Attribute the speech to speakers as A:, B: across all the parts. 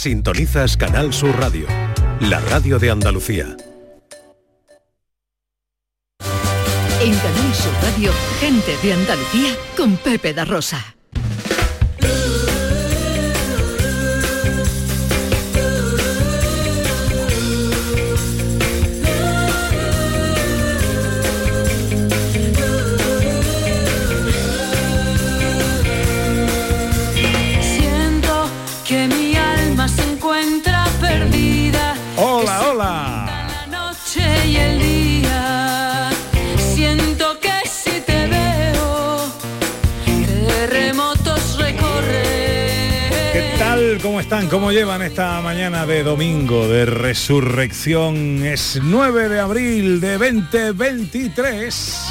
A: Sintonizas Canal Sur Radio, la radio de Andalucía.
B: En Canal Sur Radio, gente de Andalucía con Pepe da Rosa.
C: Siento que mi alma se encuentra perdida.
D: Hola, hola.
C: La noche y el día. Siento que si te veo, terremotos recorren.
D: ¿Qué tal? ¿Cómo están? ¿Cómo llevan esta mañana de domingo de resurrección? Es 9 de abril de 2023.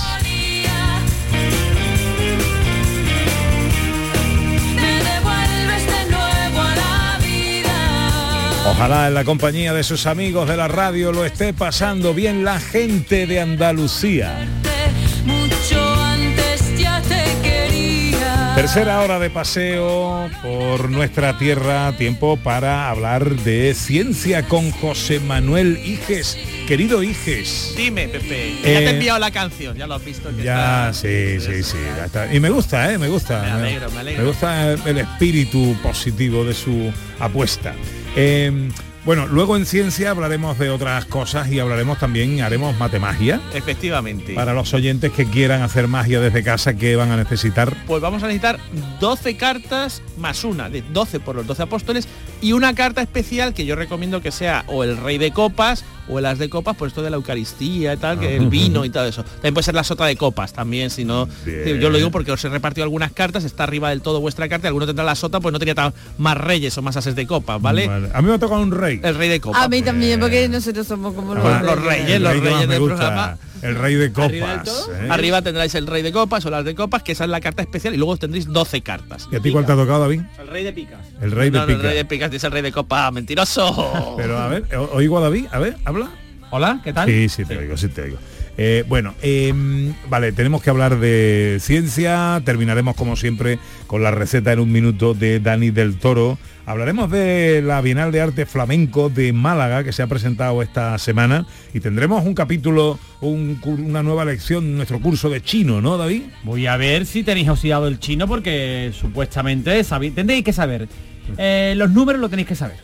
C: Me devuelves de nuevo a la vida.
D: Ojalá en la compañía de sus amigos de la radio lo esté pasando bien la gente de Andalucía.
C: Mucho antes ya te quería.
D: Tercera hora de paseo por nuestra tierra, tiempo para hablar de ciencia con José Manuel Iges. Querido Iges.
E: Dime, Pepe. Ya te
D: Eh,
E: he enviado la canción, ya lo has visto. que
D: Ya,
E: está-
D: sí, sí, sí. ya está. Y me gusta, ¿eh? Me gusta.
E: Me alegro, me alegro.
D: gusta el, el espíritu positivo de su apuesta. Eh, bueno, luego en ciencia hablaremos de otras cosas y hablaremos también, haremos matemagia.
E: Efectivamente.
D: Para los oyentes que quieran hacer magia desde casa, que van a necesitar?
E: Pues vamos a necesitar 12 cartas más una, de 12 por los 12 apóstoles, y una carta especial que yo recomiendo que sea o el rey de copas o el as de copas, por esto de la Eucaristía y tal,
D: Ah.
E: que el vino y todo eso. También puede ser la sota de copas también, si no.
D: Bien.
E: Yo lo digo porque os he repartido algunas cartas, está arriba del todo vuestra carta, y alguno tendrá la sota, pues no tenía tan más reyes o más ases de copas, ¿vale?
D: A mí me toca un rey.
E: El rey de copas.
F: A mí también, porque nosotros somos como los
D: Ah,
F: reyes.
E: los reyes,
D: el
E: los
D: rey que más
E: reyes
D: me
E: del
D: gusta,
E: programa.
D: El rey de copas.
E: Arriba, del todo.
D: ¿eh?
E: Arriba tendráis el rey de copas o las de copas, que esa es la carta especial, y luego tendréis 12 cartas.
D: ¿Y a ti cuál te ha tocado, David?
E: El rey de picas.
D: El rey de
E: no, no,
D: picas.
E: el rey de picas es el rey de copas, mentiroso.
D: Pero a ver, o- oigo a David, a ver, habla.
E: Hola, ¿qué tal?
D: Sí, sí, te oigo, sí, te oigo. Eh, bueno, em, vale, tenemos que hablar de ciencia, terminaremos como siempre con la receta en un minuto de Dani del Toro, hablaremos de la Bienal de Arte Flamenco de Málaga que se ha presentado esta semana y tendremos un capítulo, un cu- una nueva lección, nuestro curso de chino, ¿no, David?
G: Voy a ver si tenéis oxidado el chino porque supuestamente sabí- tendréis que saber. Eh, los números lo tenéis que saber.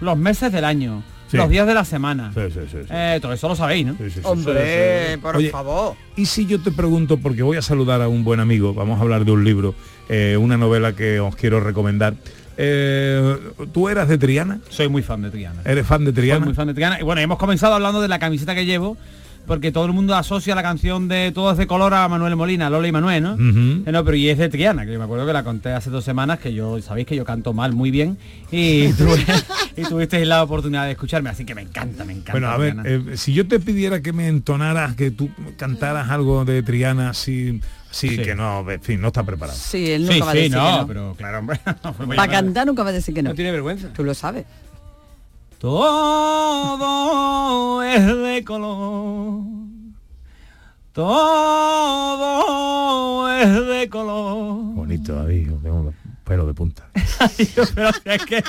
G: Los meses del año,
D: Sí.
G: los días de la semana.
D: Sí, sí, sí, sí.
G: Eh, todo eso lo sabéis, ¿no?
D: Sí, sí, sí, sí.
F: Hombre, por
D: Oye,
F: favor.
D: Y si yo te pregunto, porque voy a saludar a un buen amigo, vamos a hablar de un libro, eh, una novela que os quiero recomendar. Eh, ¿Tú eras de Triana?
G: Soy muy fan de Triana.
D: ¿Eres fan de
G: Soy
D: Triana?
G: muy fan de Triana. Y bueno, hemos comenzado hablando de la camiseta que llevo, porque todo el mundo asocia la canción de Todo es de color a Manuel Molina, Lola y Manuel, ¿no?
D: Ujú.
G: Eh, No, pero y es de Triana, que yo me acuerdo que la conté hace dos semanas, que yo sabéis que yo canto mal, muy bien, y, tuve- y tuvisteis la oportunidad de escucharme, así que me encanta, me encanta.
D: Bueno, a ver,
G: Triana.
D: eh, si yo te pidiera que me entonaras, que tú cantaras
F: Mm.
D: algo de Triana así, así
G: Sí.
D: que no, en fin, no está preparado.
F: Sí, él nunca va a decir
G: no,
F: que no.
G: pero claro, hombre. no fue muy
F: Para
G: mal.
F: cantar nunca va a decir que no.
G: No tiene vergüenza.
F: Tú lo sabes.
G: Todo es de color. Todo es de color.
D: Bonito, David, tengo pelo de punta.
G: Pero es que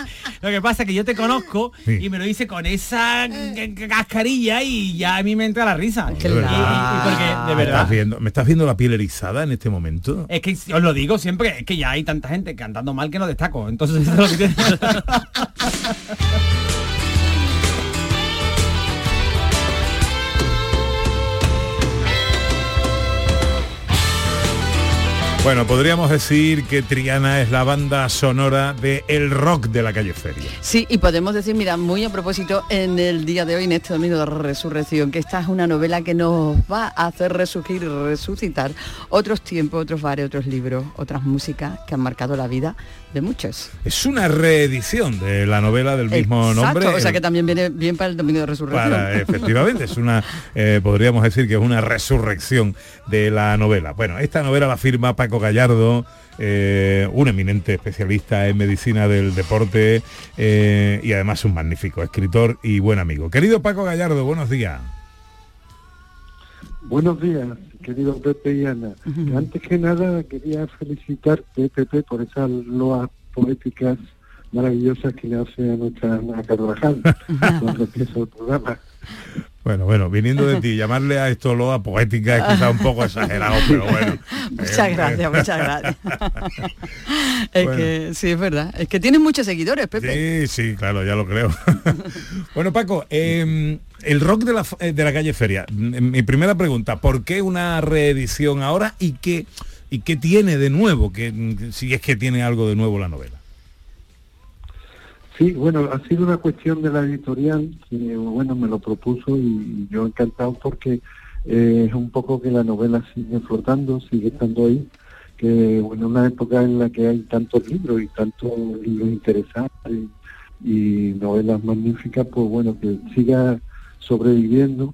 G: lo que pasa es que yo te conozco
D: Sí.
G: y me lo hice con esa c- c- cascarilla y ya a mí me entra la risa.
D: De verdad.
G: Y- y- y porque, de
D: ¿Me estás,
G: verdad.
D: viendo, ¿Me estás viendo la piel erizada en este momento?
G: Es que si os lo digo siempre, es que ya hay tanta gente cantando mal que no destaco. Entonces, eso es lo que tiene-
D: Bueno, podríamos decir que Triana es la banda sonora de el rock de la calle Feria.
F: Sí, y podemos decir, mira, muy a propósito, en el día de hoy, en este domingo de resurrección, que esta es una novela que nos va a hacer resurgir y resucitar otros tiempos, otros bares, otros libros, otras músicas que han marcado la vida de muchos.
D: Es una reedición de la novela del mismo
F: Exacto,
D: nombre.
F: o sea
D: el-
F: que también viene bien para el domingo de resurrección.
D: para- efectivamente, es una, eh, podríamos decir que es una resurrección de la novela. Bueno, esta novela la firma Paco Gallardo, eh, un eminente especialista en medicina del deporte eh, y además un magnífico escritor y buen amigo. Querido Paco Gallardo, buenos días.
H: Buenos días, querido Pepe y Ana. eh, Antes que nada, quería felicitarte, Pepe, por esas loas poéticas maravillosas que le hace a nuestra Ana Carvajal cuando empieza el programa.
D: Bueno, bueno, viniendo de ti, llamarle a esto loa poética es quizá un poco exagerado, pero bueno.
F: Muchas gracias, muchas gracias. es
D: Bueno.
F: que sí, es verdad. Es que tienes muchos seguidores, Pepe.
D: Sí, sí, claro, ya lo creo. bueno, Paco, eh, el rock de la, f- eh, de la calle Feria. Mm, Mi primera pregunta, ¿por qué una reedición ahora y qué, y qué tiene de nuevo? Que, mm, si es que tiene algo de nuevo la novela.
H: Sí, bueno, ha sido una cuestión de la editorial que, bueno, me lo propuso y yo encantado porque eh, es un poco que la novela sigue flotando, sigue estando ahí, que bueno, una época en la que hay tantos libros y tantos libros interesantes y novelas magníficas, pues bueno, que siga sobreviviendo.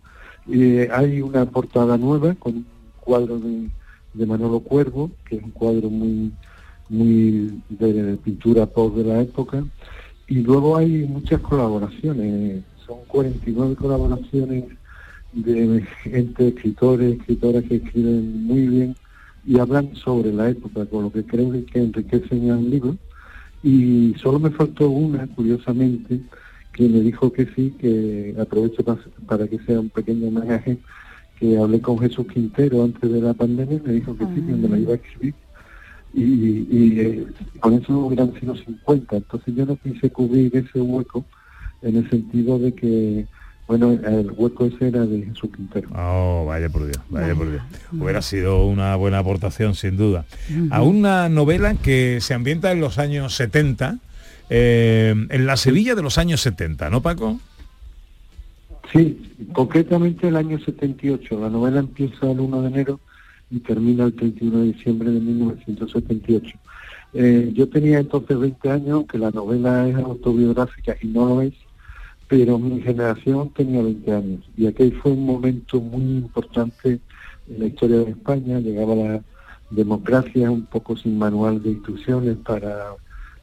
H: Eh, hay una portada nueva con un cuadro de, de Manolo Cuervo, que es un cuadro muy, muy de pintura post de la época, y luego hay muchas colaboraciones, son 49 colaboraciones de gente, escritores, escritoras que escriben muy bien y hablan sobre la época, con lo que creo que enriquecen al libro. Y solo me faltó una, curiosamente, que me dijo que sí, que aprovecho pa- para que sea un pequeño homenaje, que hablé con Jesús Quintero antes de la pandemia, me dijo que sí, que me la iba a escribir y, y, eh, con eso hubieran sido 50. Entonces yo no quise cubrir ese hueco en el sentido de que, bueno, el hueco ese era de Jesús Quintero.
D: Oh, vaya por Dios, vaya por Dios. Hubiera sido una buena aportación, sin duda. A una novela que se ambienta en los años 70, eh, en la Sevilla de los años 70, ¿no, Paco?
H: Sí, concretamente el año 78. La novela empieza el 1 de enero y termina el 31 de diciembre de 1978. Eh, yo tenía entonces 20 años, que la novela es autobiográfica y no lo es, pero mi generación tenía 20 años y aquel fue un momento muy importante en la historia de España. Llegaba la democracia un poco sin manual de instrucciones para,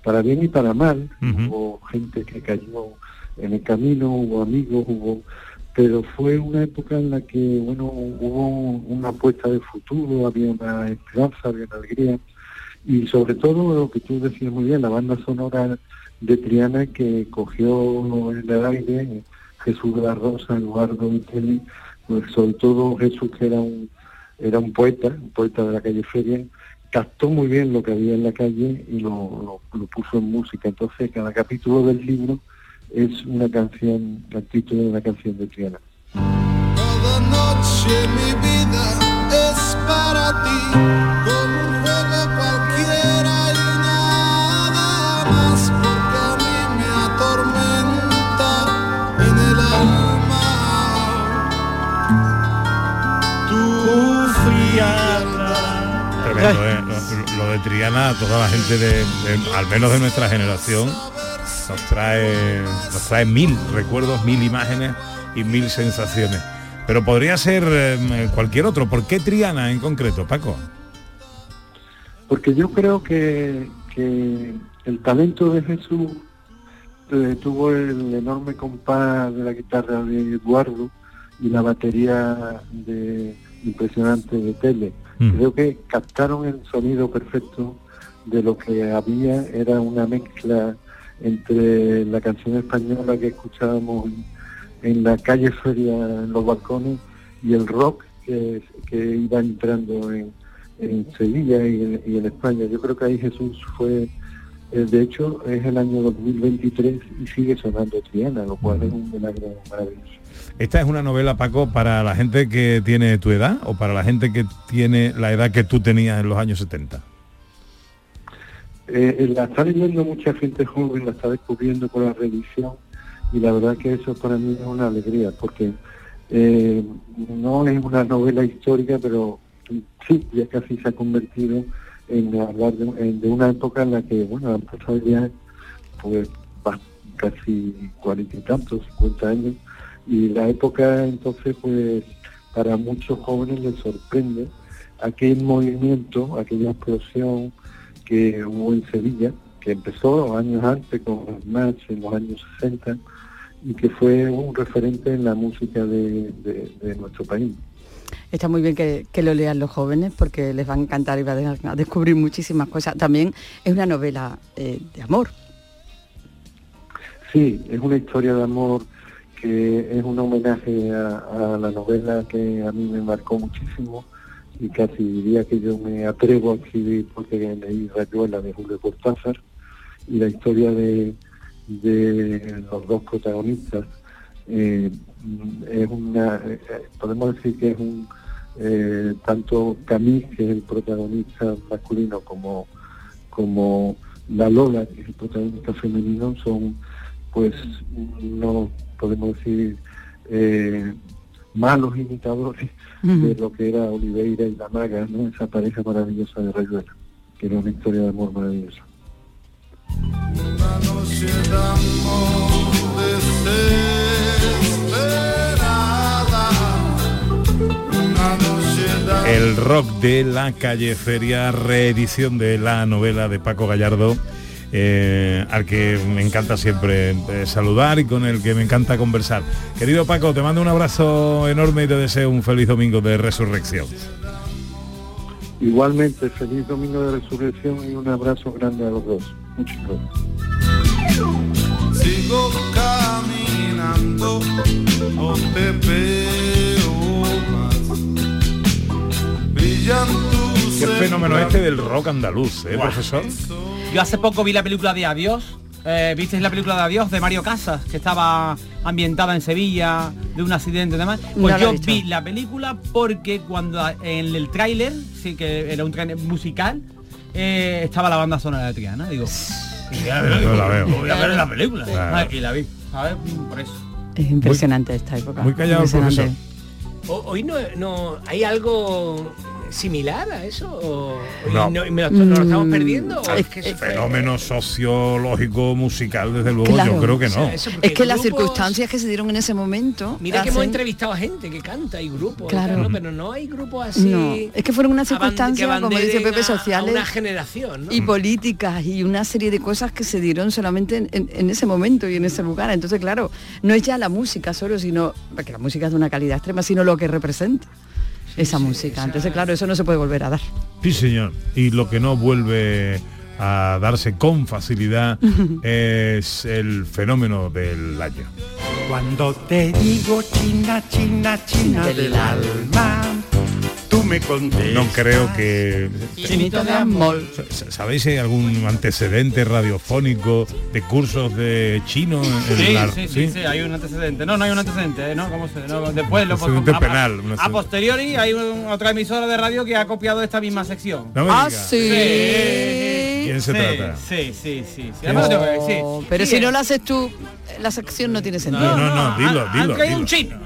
H: para bien y para mal.
D: Ujú.
H: Hubo gente que cayó en el camino, hubo amigos, hubo pero fue una época en la que bueno hubo una apuesta de futuro, había una esperanza, había una alegría y sobre todo lo que tú decías muy bien, la banda sonora de Triana que cogió en el aire Jesús de la Rosa, Eduardo Vitelli, pues sobre todo Jesús que era un era un poeta, un poeta de la calle Feria, captó muy bien lo que había en la calle y lo, lo- lo puso en música. Entonces cada capítulo del libro es una canción, el título de una canción de Triana.
I: Cada noche mi vida es para ti, como un juego cualquiera y nada más, porque a mí me atormenta en el alma tu frialdad.
D: Tremendo, ¿eh? lo, lo- lo de Triana, a toda la gente de, de- al menos de nuestra generación, nos trae, nos trae mil recuerdos, mil imágenes y mil sensaciones. Pero podría ser eh, cualquier otro. ¿Por qué Triana en concreto, Paco?
H: Porque yo creo que, que el talento de Jesús eh, tuvo el enorme compás de la guitarra de Eduardo y la batería de, impresionante de Tele.
D: Mm.
H: Creo que captaron el sonido perfecto de lo que había, era una mezcla entre la canción española que escuchábamos en, en la calle Feria, en los balcones, y el rock que, que iba entrando en, en Sevilla y en, y en España. Yo creo que ahí Jesús fue, eh, de hecho, es el año 2023 y sigue sonando Triana, lo cual es un milagro maravilloso.
D: ¿Esta es una novela, Paco, para la gente que tiene tu edad o para la gente que tiene la edad que tú tenías en los años 70?
H: Eh, eh, la está leyendo mucha gente joven, la está descubriendo con la revisión y la verdad que eso para mí es una alegría porque eh, no es una novela histórica, pero sí, ya casi se ha convertido en hablar de, en- de una época en la que, bueno, han pasado ya pues va- casi cuarenta y tantos, cincuenta años y la época entonces pues para muchos jóvenes les sorprende aquel movimiento, aquella explosión que hubo en Sevilla, que empezó años antes con los March en los años 60 y que fue un referente en la música de, de- de nuestro país.
F: Está muy bien que, que lo lean los jóvenes porque les va a encantar y van a descubrir muchísimas cosas. También es una novela eh, de amor.
H: Sí, es una historia de amor que es un homenaje a, a la novela que a mí me marcó muchísimo y casi diría que yo me atrevo a escribir porque leí Rayuela de Julio Cortázar y la historia de, de los dos protagonistas eh, es una eh, podemos decir que es un eh, tanto Camille que es el protagonista masculino como como la Lola que es el protagonista femenino son pues no podemos decir eh, malos imitadores de lo que era Oliveira y la maga ¿no? esa pareja maravillosa de Rayuela que era una historia de amor maravillosa
I: Una noche de amor desesperada. Una noche de amor.
D: El rock de la calle feria, reedición de la novela de Paco Gallardo, eh, al que me encanta siempre eh, saludar y con el que me encanta conversar. Querido Paco, te mando un abrazo enorme y te deseo un feliz domingo de resurrección.
H: Igualmente, feliz domingo de resurrección y un abrazo grande a los dos. Muchas gracias.
I: Sigo caminando, no te veo más. Brillan tus
D: Qué fenómeno este del rock andaluz, ¿eh,
G: Guau.
D: profesor?
G: Yo hace poco vi la película de Adiós. Eh, ¿Visteis la película de Adiós de Mario Casas, que estaba ambientada en Sevilla, de un accidente y demás?
F: No
G: Pues
F: la he
G: yo
F: visto.
G: vi la película porque cuando a- en el tráiler, sí que era un tráiler musical, eh, estaba la banda sonora de Triana. Digo,
D: No la veo.
G: voy a ver la película.
D: Claro.
G: Ah, Y la vi. A ver, por eso.
F: Es impresionante esta época.
D: muy callado el
F: impresionante.
D: profesor.
J: O- hoy no, no- hay algo similar a eso o hoy
D: No. Ah,
J: no- me lo, nos lo estamos
F: Mm,
J: perdiendo o
F: es-
J: que eso fue-
D: Fenómeno sociológico, musical, desde luego, yo
F: Claro.
D: creo que
J: o sea,
D: no.
J: eso porque
F: Es que las
J: grupos-
F: circunstancias que se dieron en ese momento.
J: mira que hemos
F: hacen-
J: entrevistado a gente que canta y grupos
F: Ah, Claro.
J: claro. pero no hay grupos así
F: No, es que fueron
J: aban-
F: unas
J: que
F: circunstancias, como dice
J: abanderen
F: Pepe,
J: a-
F: sociales.
J: a una generación ¿no?
F: y políticas y una serie de cosas que se dieron solamente en, en- en ese momento y en ese lugar. Entonces, claro, no es ya la música solo, sino, porque la música es de una calidad extrema, sino lo que representa esa música. Entonces, claro, eso no se puede volver a dar.
D: Sí, señor. Y lo que no vuelve a darse con facilidad es el fenómeno del año.
I: Cuando te digo China, China, China del alma, tú me contestas.
D: No creo que...
F: Chinito de amor.
D: S- ¿Sabéis si hay algún antecedente radiofónico de cursos de chino? en
G: Sí,
D: la-
G: sí, sí, sí, hay un antecedente. No, no hay un antecedente, ¿eh? ¿no? ¿Cómo se, no, después lo
D: Antecedente
G: a-
D: penal, no sé.
G: A, posteriori hay un- otra emisora de radio que ha copiado esta misma sección.
D: No me
F: Ah,
D: digas.
F: sí.
D: ¿Quién se
G: sí,
D: trata?
G: Sí, sí, sí. sí. Además lo tengo que decir.
F: Oh, pero
G: Sigue.
F: si no lo haces tú, la sección no tiene
D: No,
F: sentido.
D: no, no, dilo,
G: han-
D: dilo,
G: Han caído
D: dilo.
G: un chino.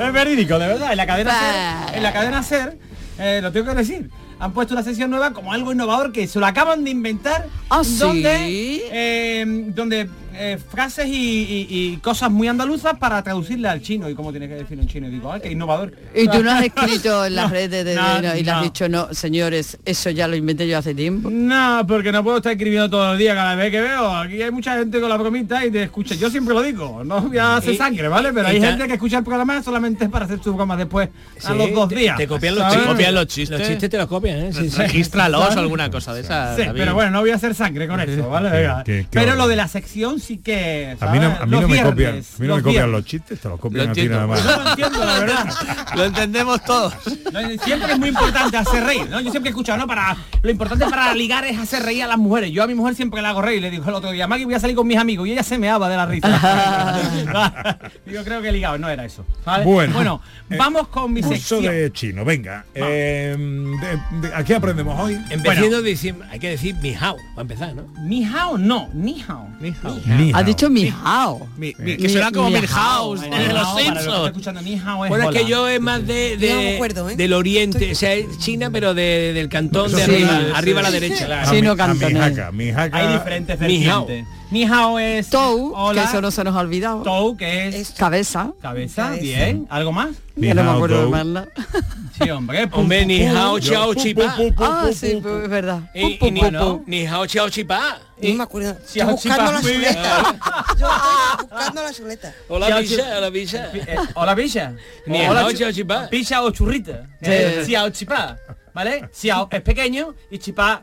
G: es verídico, de verdad. En la cadena ser, en la cadena ser eh, lo tengo que decir. Han puesto una sección nueva como algo innovador que se lo acaban de inventar.
F: Ah, ¿sí?
G: Donde, eh, donde eh, frases y, y- y cosas muy andaluzas para traducirla al chino y cómo tienes que decir en chino. Y digo, ay, qué innovador.
F: Y tú no has escrito en las redes de,
G: no,
F: no, y le
G: no.
F: has dicho, no, señores, eso ya lo inventé yo hace tiempo.
G: No, porque no puedo estar escribiendo todo el día cada vez que veo. Aquí hay mucha gente con la bromita y te escucha. Yo siempre lo digo, no voy a hacer
J: Y-
G: sangre, ¿vale? Pero hay
J: y ta-
G: gente que escucha el programa solamente para hacer sus bromas después a
J: Sí,
G: los dos
J: te-
G: días.
J: te, copian los,
G: ¿sabes?
E: Te
J: chistes.
E: copian los chistes.
J: los chistes te los copian ¿eh? Sí, sí.
E: Regístralos o alguna cosa de esa.
G: Sí,
E: David.
G: pero bueno, no voy a hacer sangre con eso, ¿vale?
D: Qué-
G: Venga.
D: qué- qué
G: pero lo
D: horror.
G: de la sección sí que...
D: A mí no,
G: ¿sabes?
D: a mí
G: Los
D: no me
G: viernes,
D: copian, a mí no me
G: los
D: copian los
G: viernes.
D: chistes, te los
E: Lo
D: copian a ti
E: entiendo.
D: nada más.
G: No lo entiendo, la verdad.
E: Lo entendemos todos.
G: No, Siempre es muy importante hacer reír, ¿no? Yo siempre he escuchado, ¿no? Para, lo importante para ligar es hacer reír a las mujeres. Yo a mi mujer siempre la hago reír. Le digo el otro día, Maggie, voy a salir con mis amigos. Y ella se meaba de la risa. Yo creo que ligado, no era eso. ¿vale?
D: Bueno. Eh,
G: vamos con mi
D: Curso
G: sección.
D: de chino, venga. Eh, de- de- ¿A qué aprendemos hoy?
J: empezando diciendo hay que decir mi hao para empezar ¿no?
G: Ni hao, no, ni hao.
E: Mi house.
D: Ni
F: Ha
D: hao.
F: dicho mi jao.
E: Mi- mi- que será como
F: Mi- mi
E: mi house
G: Ni
E: de los
G: hao, para los que estén
E: Simpsons.
G: escuchando, ni hao es
J: Bueno, es
G: hola.
J: que yo es más de, de-
K: Yo no me acuerdo, ¿eh?
J: del oriente, o sea, es China, pero de- del cantón de
F: Sí.
J: arriba,
F: Sí.
J: arriba a la derecha. Ah,
D: A
F: Sí,
D: mi-
F: no
D: a mi
F: cantonés.
D: jaca, mi jaca-
G: Hay diferentes
J: Ni hao.
G: vertientes. Ni hao es...
F: Tou,
G: hola.
F: que eso no se nos ha olvidado.
G: Tou, que es...
K: Es-
F: Cabeza.
G: Cabeza,
K: Cabeza.
G: bien. ¿eh? ¿Algo más?
D: Mi
F: Ya no me
D: hao
F: acuerdo de
D: dou.
F: llamarla.
G: Sí, hombre. pum,
J: Hombre,
G: pum,
J: ni
G: pum.
J: hao, chao,
D: Pu,
J: chipa.
D: pu, pu, pu,
F: Ah,
D: pu,
F: sí,
D: pu.
F: pues, es verdad.
J: Y-
F: Pum,
J: y ni-
F: pum, pum.
J: Ni hao, chao, chipa.
K: No me acuerdo. Estoy
G: Chao,
K: buscando
G: chipa,
K: la
G: muy bien.
K: chuleta. Yo estoy buscando la chuleta.
J: Hola,
G: Chao,
J: Villa,
G: chipa.
J: hola, Villa.
G: Eh, hola Villa.
J: Ni
G: O
J: hao,
G: chi-
J: chao, chipá.
G: Villa o churrita. Eh, Xiao chipá. ¿Vale? Xiao es pequeño y chipá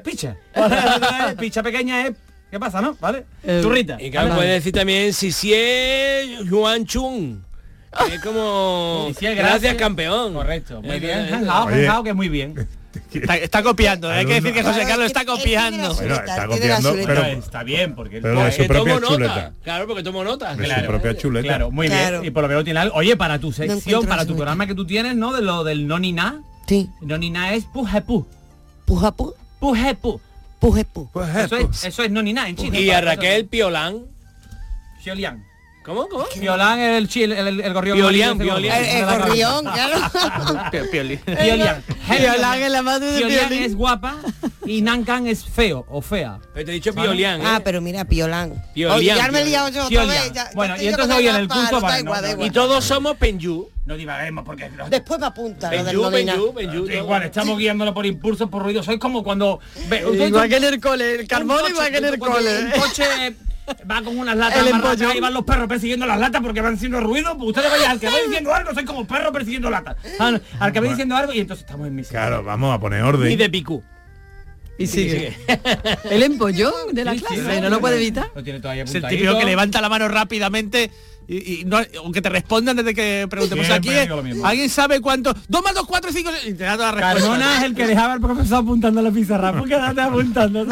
G: picha. ¿vale? picha pequeña es... ¿Qué pasa, no? ¿Vale? Churrita.
J: Eh, Y claro,
G: ¿vale?
J: puede decir también si si es Yuan Chun. que Es como
G: Sissier,
J: gracias,
G: gracias.
J: campeón.
G: Correcto, muy
J: Eh,
G: bien.
J: eh,
G: Hanjao,
D: Oye.
G: hanjao, que es muy bien.
E: Está, está copiando, hay que decir que José
K: Claro,
E: Carlos
K: es que
E: está
K: él tiene la
E: copiando.
K: chuleta,
D: Bueno, está
K: él tiene la
D: copiando,
K: chuleta.
D: pero-
G: está bien, porque...
D: Pero de
J: porque
D: su propia
J: tomo nota.
D: chuleta.
J: Claro, porque tomo nota.
D: De su
G: Ah, Claro.
D: propia chuleta.
G: Claro, muy
K: Claro.
G: bien. Y por lo menos tiene algo. Oye, para tu sección,
K: encuentro
G: para
K: la
G: tu
K: chuleta.
G: programa que tú tienes, ¿no? De lo del no ni na.
K: Sí.
G: No ni na es pujepu.
K: Puja pu,
G: Pujepu.
K: puje pu.
G: Eso es, eso es no ni na en Chile.
J: Y a Raquel Piolán.
G: Piolian.
J: ¿Cómo? ¿Cómo?
G: Piolán es el chile, el, el, el gorrión.
J: Piolian,
G: Ese gordo.
J: Piolian.
K: El, el gorrión, claro.
G: Piolian.
K: Piolán es la madre de
G: Piolian
K: Piolín.
G: es guapa y Nankan es feo o fea.
J: Pero te he dicho
G: ¿eh?
J: ¿eh? Piolán.
K: Ah, pero mira, Piolán.
F: Oh,
J: Piolán,
K: Oye, ya me he
J: Piolán.
K: liado yo otra
G: Piolán.
K: vez. ya-
G: Bueno,
K: yo
G: y
K: estoy
G: entonces
K: con
G: hoy en
K: la
G: el
K: palo,
G: curso,
K: Da
G: vale,
K: igual,
G: no,
K: da
G: no.
J: Y
K: igual.
J: todos somos Penyu.
G: No divaguemos porque no-
K: Después me apunta lo del
J: Penyu,
K: Molina.
J: Penyu, Penyu. todo.
G: igual estamos guiándolo por impulsos, por ruido. Sois como cuando ve-
F: Igual que en el cole, el carbón
G: Un
F: igual que en el
G: cuando
F: cole.
G: Un coche va con unas latas
F: El
G: amarradas
F: empollón.
G: y van los perros persiguiendo las latas porque van haciendo ruido. pues Ustedes vayan al que va diciendo algo, soy como perro persiguiendo latas. Al, al que va diciendo algo y entonces estamos en misión.
D: Claro, vamos a poner orden.
J: Y de Picú.
F: Y sigue. El empollón de la
G: Sí, sí,
F: clase, no lo puede evitar.
G: Lo tiene todavía
E: Es el
G: apuntadito.
E: típico que levanta la mano rápidamente y, y no, aunque te respondan desde que preguntemos
G: Siempre
E: aquí
G: digo lo
E: es,
G: mismo.
E: alguien sabe cuánto 2 más 2 4 5 y te da toda la respuesta
G: Carmona es el que dejaba al profesor apuntando a la pizarra. ¿Por qué no te apuntando?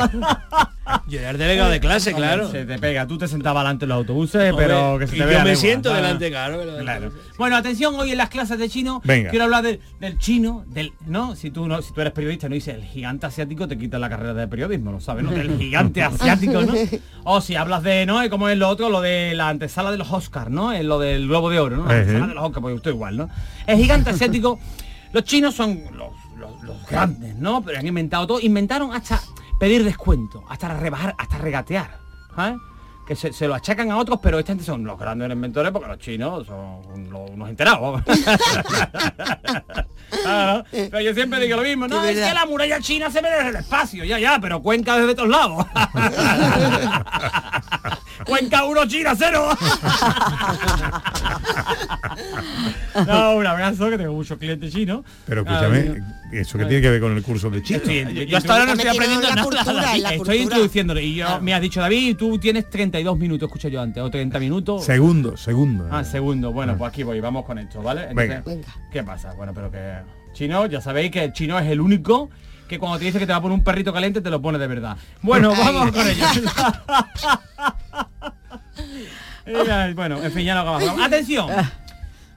J: Yo era el delegado de clase, claro.
G: Se te pega. Tú te sentabas delante de los autobuses,
J: Hombre,
G: pero que se
J: y
G: te
J: yo
G: vea
J: me
G: lejos,
J: siento
G: ¿sabes?
J: delante, claro. pero-
G: Claro. Bueno, atención, hoy en las clases de chino
D: Venga.
G: quiero hablar de- del chino, del no, si tú no, si tú eres periodista no dices el gigante asiático te quita la carrera de periodismo, lo sabes, ¿no? El gigante asiático, ¿no? O si hablas de no, como es lo otro, lo de la antesala de los Oscars, ¿no? Es lo del globo de oro, ¿no? La
D: Ajá.
G: antesala de los Oscars, porque usted igual, ¿no? El gigante asiático, los chinos son los, los- los grandes, ¿no? Pero han inventado todo, inventaron hasta pedir descuento, hasta rebajar, hasta regatear, ¿sabes? que se, se lo achacan a otros, pero esta gente son los grandes inventores porque los chinos son los- unos enterados. Claro, pero yo siempre digo lo mismo, no,
K: De
G: es
K: verdad.
G: que la muralla china se ve desde el espacio, ya, ya, pero cuenca desde todos lados. cuenca 1, China 0. no, un abrazo, que tengo muchos clientes chinos.
D: Pero escúchame, ¿eso qué tiene que ver con el curso de chino?
G: Ah, Sí,
E: yo, yo hasta ahora no
K: Está
E: estoy
K: metido en
E: aprendiendo
K: la
E: nada
K: cultura, en la
G: Estoy
K: cultura.
G: introduciéndolo y yo,
K: Claro.
G: me has dicho, David, tú tienes 32 minutos, escucha yo antes, o 30 minutos.
D: Segundo, segundo. eh.
G: Ah, segundo. Bueno, pues aquí voy, vamos con esto, ¿vale?
D: Venga.
K: Venga.
G: ¿Qué pasa? Bueno, pero que chino, ya sabéis que el chino es el único que cuando te dice que te va a poner un perrito caliente te lo pone de verdad. Bueno, vamos con ello. Mira, bueno, en fin, ya no acabamos. Atención.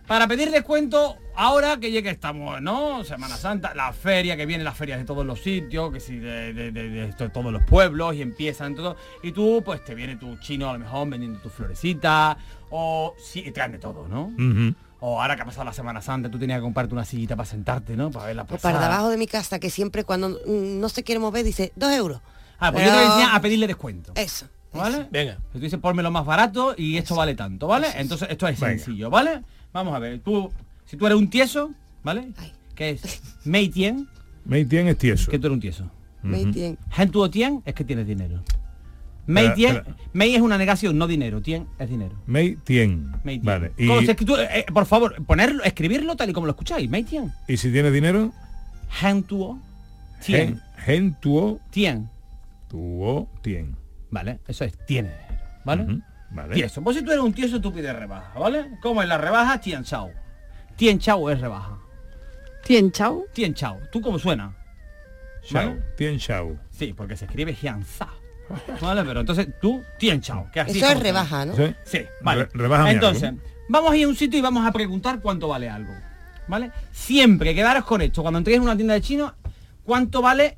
G: Para pedir descuento, ahora que ya que estamos, ¿no? Semana Santa, la feria, que vienen las ferias de todos los sitios, que si de, de- de- de to- todos los pueblos y empiezan todo. Y tú, pues te viene tu chino a lo mejor vendiendo tus florecitas, o sí, y te dan de todo, ¿no?
D: Ujú.
G: O ahora que ha pasado la Semana Santa, tú tenías que comprarte una sillita para sentarte, ¿no? Para ver la
K: O
G: pasada.
K: para debajo de mi casa, que siempre cuando mm, no se quiere mover dice dos euros.
G: Ah, pues yo te
K: Pero-
G: decía a pedirle descuento.
K: Eso.
G: ¿Vale?
J: Venga.
G: Tú dices, ponme lo más barato y esto vale tanto, ¿vale? Entonces, esto es
D: Venga.
G: sencillo, ¿vale? Vamos a ver, tú, si tú eres un tieso, ¿vale?
K: Ay.
G: Que es Mei Tien,
D: Mei Tian es tieso.
G: que tú eres un tieso.
K: Me entiendo.
G: Hen Tuo Tien es que tienes dinero. Mei
D: Espera,
G: Tien,
D: espera.
G: Mei es una negación, no dinero. Tien es dinero.
D: Mei Tian.
G: Mei Tien.
D: Vale. Y,
G: ¿Cómo se escribe? Eh, eh, por favor, ponerlo, escribirlo tal y como lo escucháis. Mei Tien.
D: y si tiene dinero,
G: Hen Tuo
D: gen,
G: Tien.
D: gen tuo,
G: Tien.
D: tuo, tien.
G: ¿Vale? Eso es, tiene dinero. ¿Vale?
D: Ujú, Vale.
G: Tieso. Pues si tú eres un tieso, tú pides rebaja, ¿vale? ¿Cómo es la rebaja? Tien chao. Tien chao es rebaja.
F: Tien chao.
G: Tien chao. ¿Tú cómo suena?
D: Chao.
G: ¿Vale?
D: Tien chao.
G: Sí, porque se escribe jianza. ¿Vale? Pero entonces tú, tien chao. Que así
K: Eso es
G: como suena.
K: rebaja, ¿no?
D: ¿Sí?
G: Sí, vale.
D: Re- rebájame
G: Entonces,
D: algo.
G: vamos a ir a un sitio y vamos a preguntar cuánto vale algo. ¿Vale? Siempre quedaros con esto. Cuando entréis en una tienda de chino, cuánto vale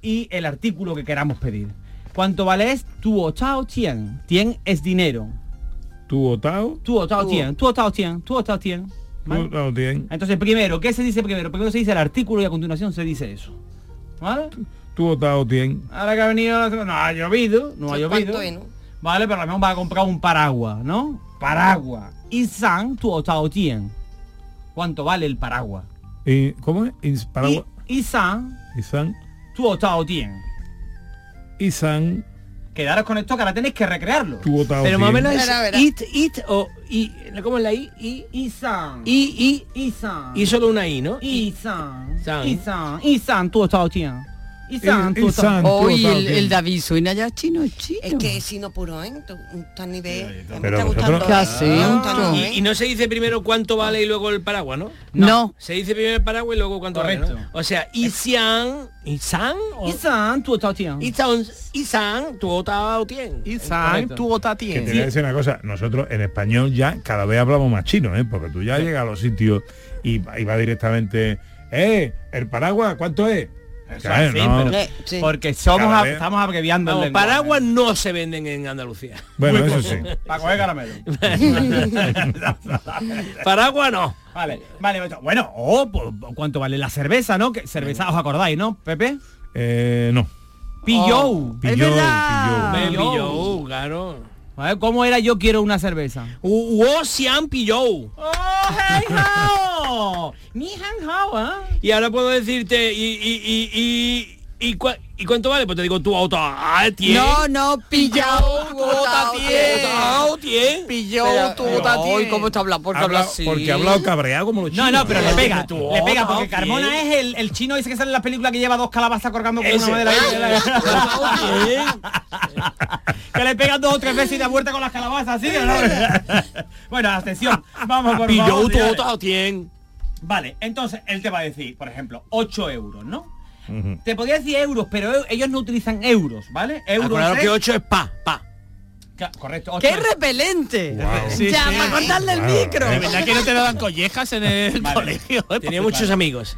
G: y el artículo que queramos pedir. Cuánto vale es tuo chao tien. Tien es dinero.
D: Tuo tao,
G: Tuo chao
K: Tuo.
G: tien. Tuo chao tien. Tuo chao tien.
D: tuo
G: ¿Vale?
D: tao tien.
G: Entonces, primero, ¿qué se dice primero? Primero se dice el artículo y a continuación se dice eso. ¿Vale?
D: Tuo tao tien.
G: Ahora que ha venido, no ha llovido, no ha
K: Yo
G: llovido.
K: cuánto es, ¿no?
G: Vale, pero a lo mejor va a comprar un paraguas, ¿no? Paraguas. Y san tu otao tien. ¿Cuánto vale el paraguas?
D: ¿Y cómo es? Ins- Paraguas.
G: Y san
D: Isan.
G: tu otao tien.
D: Isan.
G: Quedaros con esto que ahora tenéis que recrearlo.
D: Tuo tao
J: Pero más o
D: tien.
J: menos es
K: Verá, verá.
J: it, it o i. ¿Cómo es la i? I,
G: Y san.
J: i,
G: Y san.
J: i. Y solo una i, ¿no?
G: Y san.
J: San.
G: Y san. Y san tu otao tien. Y santo,
F: Hoy el, el David suena ya chino, chino.
K: Es que es sino puro, ¿eh? Tú- Está a nivel. a mí me
D: Pero
K: está
D: vosotros-
K: gustando.
D: ¿Qué
K: acento?
J: Y, y no se dice primero cuánto vale y luego el paraguas, ¿no?
F: No.
J: Se dice primero el paraguas y luego cuánto vale. ¿no? O sea, Isian. ¿Isan?
G: Isan, tu otatian.
J: Isan, Isan, tu otatian.
G: Ah,
E: Isan, tu
D: Que
E: otatian.
D: te voy a decir una cosa, nosotros en español ya cada vez hablamos más chino, ¿eh? porque tú ya llegas a los sitios y, va- y va directamente, ¡eh! ¿El paraguas cuánto es? Claro,
G: Eh, sí,
D: no.
G: pero- Porque somos
D: Cada
G: a-
D: vez-
G: estamos abreviando el
J: Vamos,
G: lenguaje.
J: paraguas Eh, no se venden en Andalucía.
D: Bueno, eso sí.
G: Para coger caramelo.
J: Paraguas no.
G: Vale, vale. Beto. Bueno, oh, po- ¿cuánto vale la cerveza, no? Que- Cerveza, ¿os acordáis, no, Pepe?
D: Eh, no.
G: Pillou.
D: Oh,
G: ¡Es
D: pillou,
G: verdad!
D: pillou.
J: Pillou,
G: Pillou.
J: claro.
G: A ver, ¿Cómo era yo quiero una cerveza?
J: Wo Xian Pillou.
G: ¡Oh, hey, hao! ¡Ni han hao, ¿eh?
J: Y ahora puedo decirte, y, y, y, y, y, cua- ¿y cuánto vale? Pues te digo, tu auto a
F: No, no, pillado.
J: Pillou, tu
F: Hoy cómo está hablando, porque
D: Ha
F: habla
D: hablado-
F: así.
D: Porque ha hablado cabreado como los
G: No,
D: chinos.
G: no, pero le
J: no,
G: pega,
J: tú,
G: le pega,
J: oh,
G: porque
J: ok.
G: Carmona es el, el chino ese que sale en las películas que lleva dos calabazas colgando por una
J: Ese.
G: madera. que le pegan dos o tres veces y da vuelta con las calabazas, así. ¿no? bueno, atención, vamos por favor,
J: Pillou, tu
G: señores.
J: auto tien.
G: Vale, entonces él te va a decir, por ejemplo, 8 euros, ¿no?
D: Ujú.
G: Te podría decir euros, pero eu- ellos no utilizan euros, ¿vale? Euros
J: Claro
G: es-
J: que 8 es pa, pa.
G: Ca- Correcto, ocho
F: ¡Qué
G: es-
F: repelente!
D: Guau.
F: ya, para cortarle el
D: Claro,
F: micro.
D: eh.
E: De verdad que no te daban collejas en el colegio. ¿eh?
J: Tenía muchos amigos.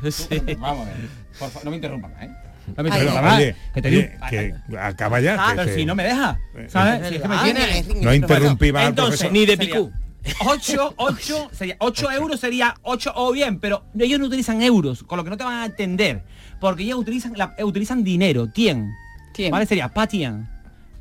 G: Vamos a ver. Por favor, no me interrumpas, ¿eh? No me
K: Ay,
D: Pero,
G: interrumpas más,
D: oye,
G: que te
D: oye,
G: digo-
D: que acaba ya.
G: Ah,
D: que
G: pero
D: se-
G: si no me deja,
D: Eh,
G: ¿sabes? Si es que me
K: Ah,
G: tiene...
K: nivel, nivel.
D: no interrumpí más al
J: Entonces,
D: profesor.
J: ni de picú.
G: 8, 8, sería 8 euros sería 8 o bien, pero ellos no utilizan euros, con lo que no te van a entender, porque ellos utilizan la- eh, utilizan dinero, tien.
F: Tien.
G: ¿Vale? Sería patien.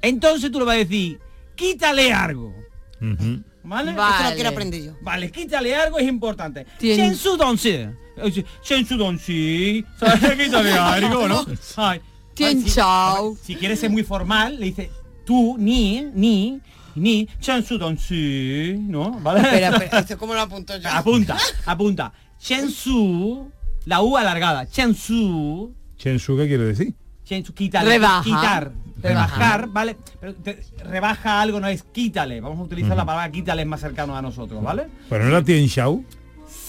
G: Entonces tú le vas a decir, quítale algo.
D: Ujú.
G: ¿Vale?
K: Eso lo
F: Vale.
K: quiero aprender yo.
G: Vale, quítale algo es importante.
F: Tien.
G: Chen su don sí. Eh, sí, Chen su don sí. ¿Sabes? Quítale algo, ¿no? Ay,
F: Tien
G: ay, sí.
F: chao.
G: Si quieres ser muy formal, le dices tú, ni, ni, ni, Chen su don sí, ¿no? ¿Vale?
K: Espera, espera, ¿esto cómo lo apunto yo?
G: Apunta, apunta. Chensu, la U alargada. Chensu,
D: Chensu, ¿qué quiere decir?
G: Chensu, quítale.
F: Rebaja.
G: Quitar, rebajar, ¿vale? Pero te- rebaja algo, no es quítale. Vamos a utilizar la palabra quítale es más cercano a nosotros, ¿vale?
D: Pero no era Tien Shao.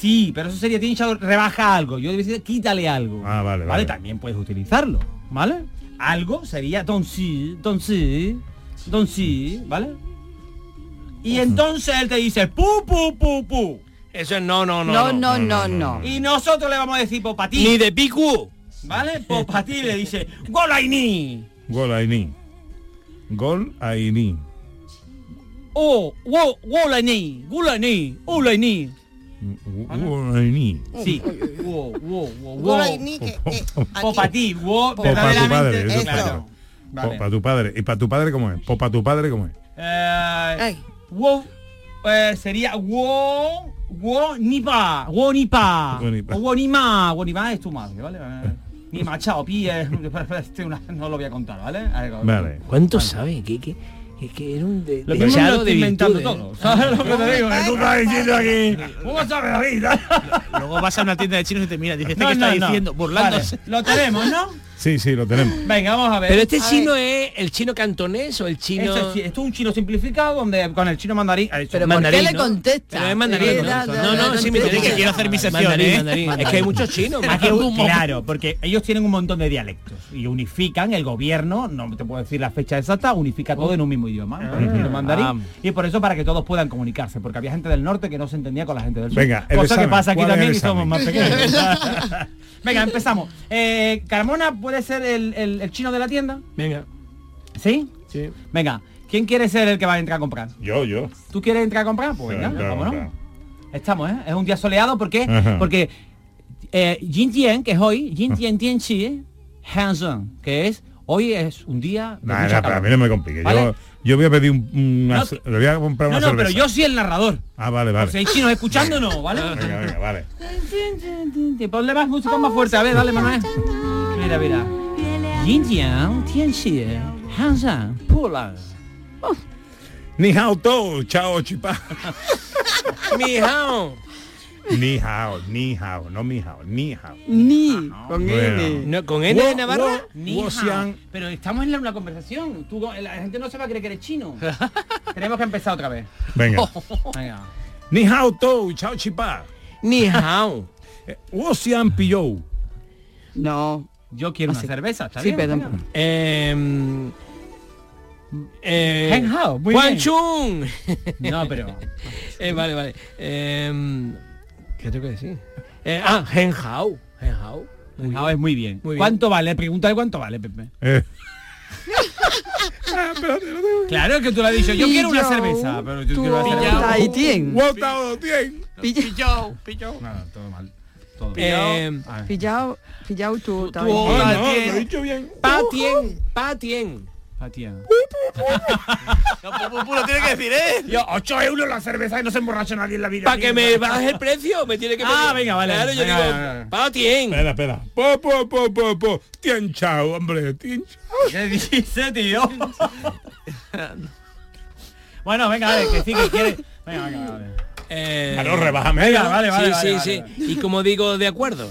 G: Sí, pero eso sería, tiene rebaja algo. Yo decir quítale algo.
D: Ah, vale, vale.
G: Vale, también puedes utilizarlo, ¿vale? Algo sería don sí, don sí, don sí, ¿vale? Y entonces él te dice, pu, pu, pu, pu.
J: Eso es no, no, no.
F: No, no, no, no.
G: Y nosotros le vamos a decir popatí.
J: Ni de picú.
G: ¿Vale? Popatí le dice, Golaini.
D: Gol Aini. Gol Aini.
G: Oh, wo, Golaini, Golaini, Golaini.
D: Gol Aini.
G: Sí. Wo, wo, wo, wo.
K: Gola y ni que- que- a ti.
G: Popatí, wo,
D: Popa tu padre.
G: verdaderamente.
D: eso
K: Eso.
D: claro.
G: Vale.
D: Popa tu padre. ¿Y para tu padre cómo es? Popa tu padre cómo es.
G: Eh,
K: Ay.
G: wo, eh, sería wo, wo, ni pa, wo, ni pa.
D: Wo ni pa.
G: O wo, ni ma, wo, ni ma es tu madre, ¿vale? Eh, Ni ma, chao, pi, eh, este, una- no lo voy a contar, ¿vale? Eh,
D: Vale.
J: ¿Cuánto sabe? Que, que, que, era un de,
G: Lo mismo me lo estoy inventando todo. ¿Sabes lo que te digo?
D: Tú estás diciendo aquí.
G: ¿Cómo sabes la vida?
E: Luego vas a una tienda de chinos y te miran, dices, ¿este
G: No,
E: qué
G: no,
E: está
G: no.
E: diciendo? Burlándose.
G: Vale, Lo tenemos, ¿no?
D: Sí, sí, lo tenemos.
G: Venga, vamos a ver.
J: Pero este chino es el chino cantonés o el chino...
G: Esto es, esto es un chino simplificado donde con el chino mandarín. eh,
F: Pero ¿por
J: mandarín,
F: qué le
J: ¿no?
F: contesta?
J: Pero es mandarín.
F: Eh, da, da,
J: No,
F: da,
J: no,
F: da,
J: sí, me
F: da,
J: interesa,
F: da,
J: que
F: da,
E: quiero
F: da,
E: hacer
F: da,
E: mi
F: da.
E: sección,
J: Mandarín,
E: ¿eh?
J: mandarín. Es que hay muchos chinos.
G: Aquí-
J: macho.
G: claro, porque ellos tienen un montón de dialectos y unifican el gobierno, no te puedo decir la fecha exacta, unifica todo en un mismo idioma,
J: Ah,
G: por ejemplo, el mandarín, y por eso para que todos puedan comunicarse, porque había gente del norte que no se entendía con la gente del sur.
D: Venga, el
G: cosa
D: examen,
G: que pasa aquí
D: ¿cuál es
G: también
D: el
G: y somos
D: examen?
G: más pequeños. Venga, empezamos. Eh, Carmona puede ser el, el- el chino de la tienda,
J: Venga.
G: ¿sí?
J: Sí.
G: Venga, ¿quién quiere ser el que va a entrar a comprar?
D: Yo, yo.
G: ¿Tú quieres entrar a comprar? Pues venga,
D: Claro,
G: vámonos.
D: claro.
G: Estamos, ¿eh? Es un día soleado porque
D: Ajá. Ah.
G: porque eh, Jin Tian, que es hoy, Jin Tian Tian Chi, Hanson, que es hoy es un día de
D: Nah, nah,
G: mucha
D: pero a
G: calor.
D: mí no me complique. Yo,
G: ¿Vale?
D: yo voy a pedir un- una...
G: No,
D: ce- le voy a comprar
G: No,
D: una
G: no, pero
D: cerveza.
G: yo soy el narrador. Pues
D: Ah, vale,
G: O
D: vale.
G: sea, hay chinos escuchándonos, ¿vale?
D: Venga, venga, vale.
G: Ponle más música más fuerte, a ver, dale, Manuel. Mira, mira. Jin Tian Tian Chi, Hanson, Poland.
D: Ni hao tou, chao chipá.
J: Mijao.
D: Ni hao, ni hao, no mi hao, ni hao.
F: Ni, con
D: Bueno.
F: N.
D: No,
J: ¿Con N de Navarra?
G: Ah, Ni hao. Pero estamos en la- una conversación. Tú, la gente no se va a creer que eres chino. Tenemos que empezar otra vez.
D: Venga.
G: Venga.
D: Ni hao tou, chao chipa.
J: Ni hao.
D: Ocean Eh, pillou.
F: No.
G: Yo quiero
F: Así-
G: una cerveza, ¿está
F: sí,
G: bien?
F: perdón.
G: Venga.
J: Eh, eh,
G: Heng hao, muy
J: Juan
G: bien.
J: Chun.
G: No, pero...
J: Eh, vale, vale. Eh, ¿Qué tengo que decir? Eh, ah, Gen Hao. Gen Hao. Muy
G: Ah, es muy bien.
J: Muy bien.
G: ¿Cuánto vale? Pregúntale cuánto vale, Pepe.
D: Eh,
G: Ah, Claro que tú lo has dicho. Yo quiero una cerveza, pero yo quiero una cerveza.
F: Ahí tienen.
D: Guatao, tien.
E: Pillao, pillao.
G: Nada, todo mal. Todo mal.
J: Eh,
G: A ver,
F: Pillao, pillao tú. está
E: Tú,
F: bien.
D: No,
E: hola,
D: Ah, no,
E: tien.
D: lo he dicho bien.
J: Patien. Patien.
G: Patía.
E: No, pu, pu, pu, pues, lo tiene que decir, ¿eh?
D: Yo, 8 euros la cerveza y no se emborracha nadie en la vida.
J: Para que me baje el precio, me tiene que
G: Ah,
J: pedir.
G: venga, vale.
J: Claro, yo
G: Venga,
J: digo,
G: venga, venga.
J: Patien.
D: Espera, espera. Po, po, po, po, po. Tien chao, hombre. Tien chao.
G: ¿Qué dice, tío? bueno, venga, a ver, que sí, que quiere. Venga, venga, vale.
J: Eh,
D: Claro, rebájame.
G: Venga, vale, vale.
J: sí,
G: vale,
J: sí,
G: vale,
J: sí.
G: vale.
J: Y como digo, de acuerdo.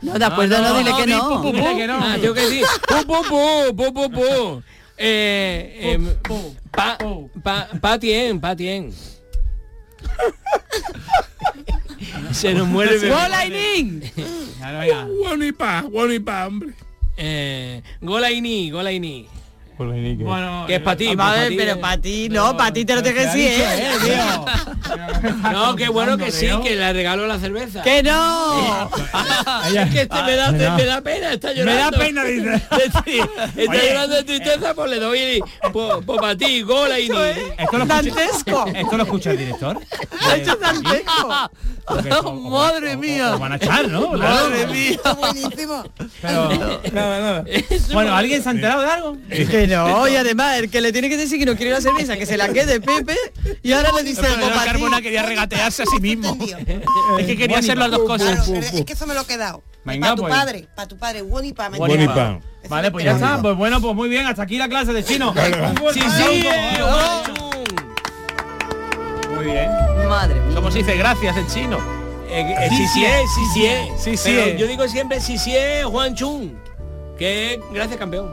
F: No, de acuerdo, no, dile que
G: di,
F: no.
G: pu, pu, pu. Dile que no.
J: Ah, yo que sí. Pu, pu, pu, pu, pu, pu. Eh,
F: Oh,
J: em,
G: pu,
J: pa,
G: pu.
J: pa, patien, patien. Se nos muere el bebé.
F: ¡Golainín!
G: Claro,
F: Uh,
G: venga.
D: Guanipa, guanipa, hombre.
J: Eh, Golaini, Golaini.
G: Bueno,
J: Que es para ti. pa'
F: Madre,
J: ti, eh.
F: pero para ti, no, para ti te lo tengo que decir, ¿eh?
J: No, qué bueno que sí,
G: Leo.
J: que le regalo la cerveza.
F: ¡Que no!
J: Es que este me, da, me da pena, está llorando.
D: pena, dice.
J: Sí, está
D: Oye.
J: llorando
G: eh,
J: de tristeza, pues le doy por para ti, Golaini.
G: Esto lo escucha-
F: ¡Dantesco!
G: ¿Esto lo escucha el director?
F: ¡Ha hecho dantesco!
G: Porque esto- o-
F: ¡Madre
G: o-
F: mía!
G: o van a
J: Ah,
G: echar, ¿no?
E: Madre mía.
K: Buenísimo.
G: Pero, nada, nada. Bueno, ¿alguien se ha enterado de algo?
F: Que no, y además el que le tiene que decir que no quiere la cerveza, que se la quede Pepe, y ahora le dice el
E: Pero
F: papá
E: Carmona quería regatearse a sí mismo.
K: Entendido.
E: Es que quería hacer las dos
K: Claro,
E: cosas.
K: pero es que eso me lo he quedado.
G: Venga,
K: para tu
G: pues.
K: padre, para tu padre, Wonipa. me
G: Guanipa.
K: encanta. Eso
G: Vale,
K: me
G: pues ya
K: encanta.
G: está. Pues bueno, pues muy bien. Hasta aquí la clase de chino.
J: Sí,
G: Sí,
J: sí, eh,
G: eh.
J: Chun.
G: Muy bien.
F: Madre mía.
E: ¿Cómo se dice gracias en chino?
J: Eh, eh, sí, sí, eh, sí, sí, eh.
G: Sí, sí,
J: Pero
G: eh.
J: Yo digo siempre, sí, sí, eh, Juan Chun. Que gracias, campeón.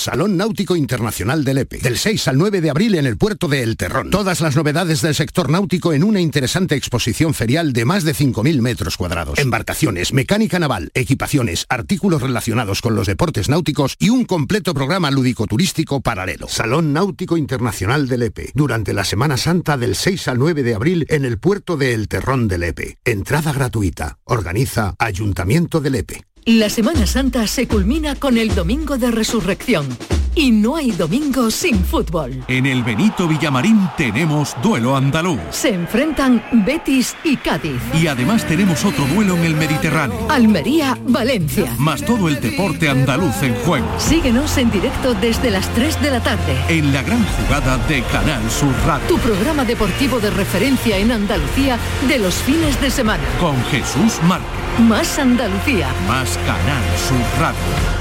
L: Salón Náutico Internacional del EPE. Del 6 al 9 de abril en el puerto de El Terrón. Todas las novedades del sector náutico en una interesante exposición ferial de más de 5.000 metros cuadrados. Embarcaciones, mecánica naval, equipaciones, artículos relacionados con los deportes náuticos y un completo programa lúdico-turístico paralelo. Salón Náutico Internacional del EPE. Durante la Semana Santa del 6 al 9 de abril en el puerto de El Terrón del EPE. Entrada gratuita. Organiza Ayuntamiento del EPE.
B: La Semana Santa se culmina con el Domingo de Resurrección, Y no hay domingo sin fútbol.
M: En el Benito Villamarín tenemos duelo andaluz.
B: Se enfrentan Betis y Cádiz.
M: Y además tenemos otro duelo en el Mediterráneo.
B: Almería, Valencia.
M: Más todo el deporte andaluz en juego.
B: Síguenos en directo desde las 3 de la tarde.
M: En la gran jugada de Canal Sur Radio.
B: Tu programa deportivo de referencia en Andalucía de los fines de semana.
M: Con Jesús Márquez.
B: Más Andalucía.
M: Más Canal Sur Radio.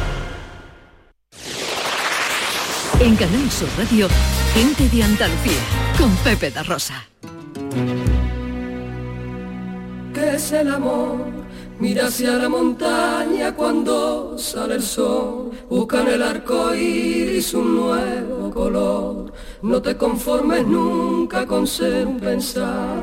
B: En Canal Sur Radio, gente de Andalucía, con Pepe da Rosa.
N: ¿Qué es el amor? Mira hacia la montaña cuando sale el sol. Busca en el arco iris un nuevo color. No te conformes nunca con ser un pensado.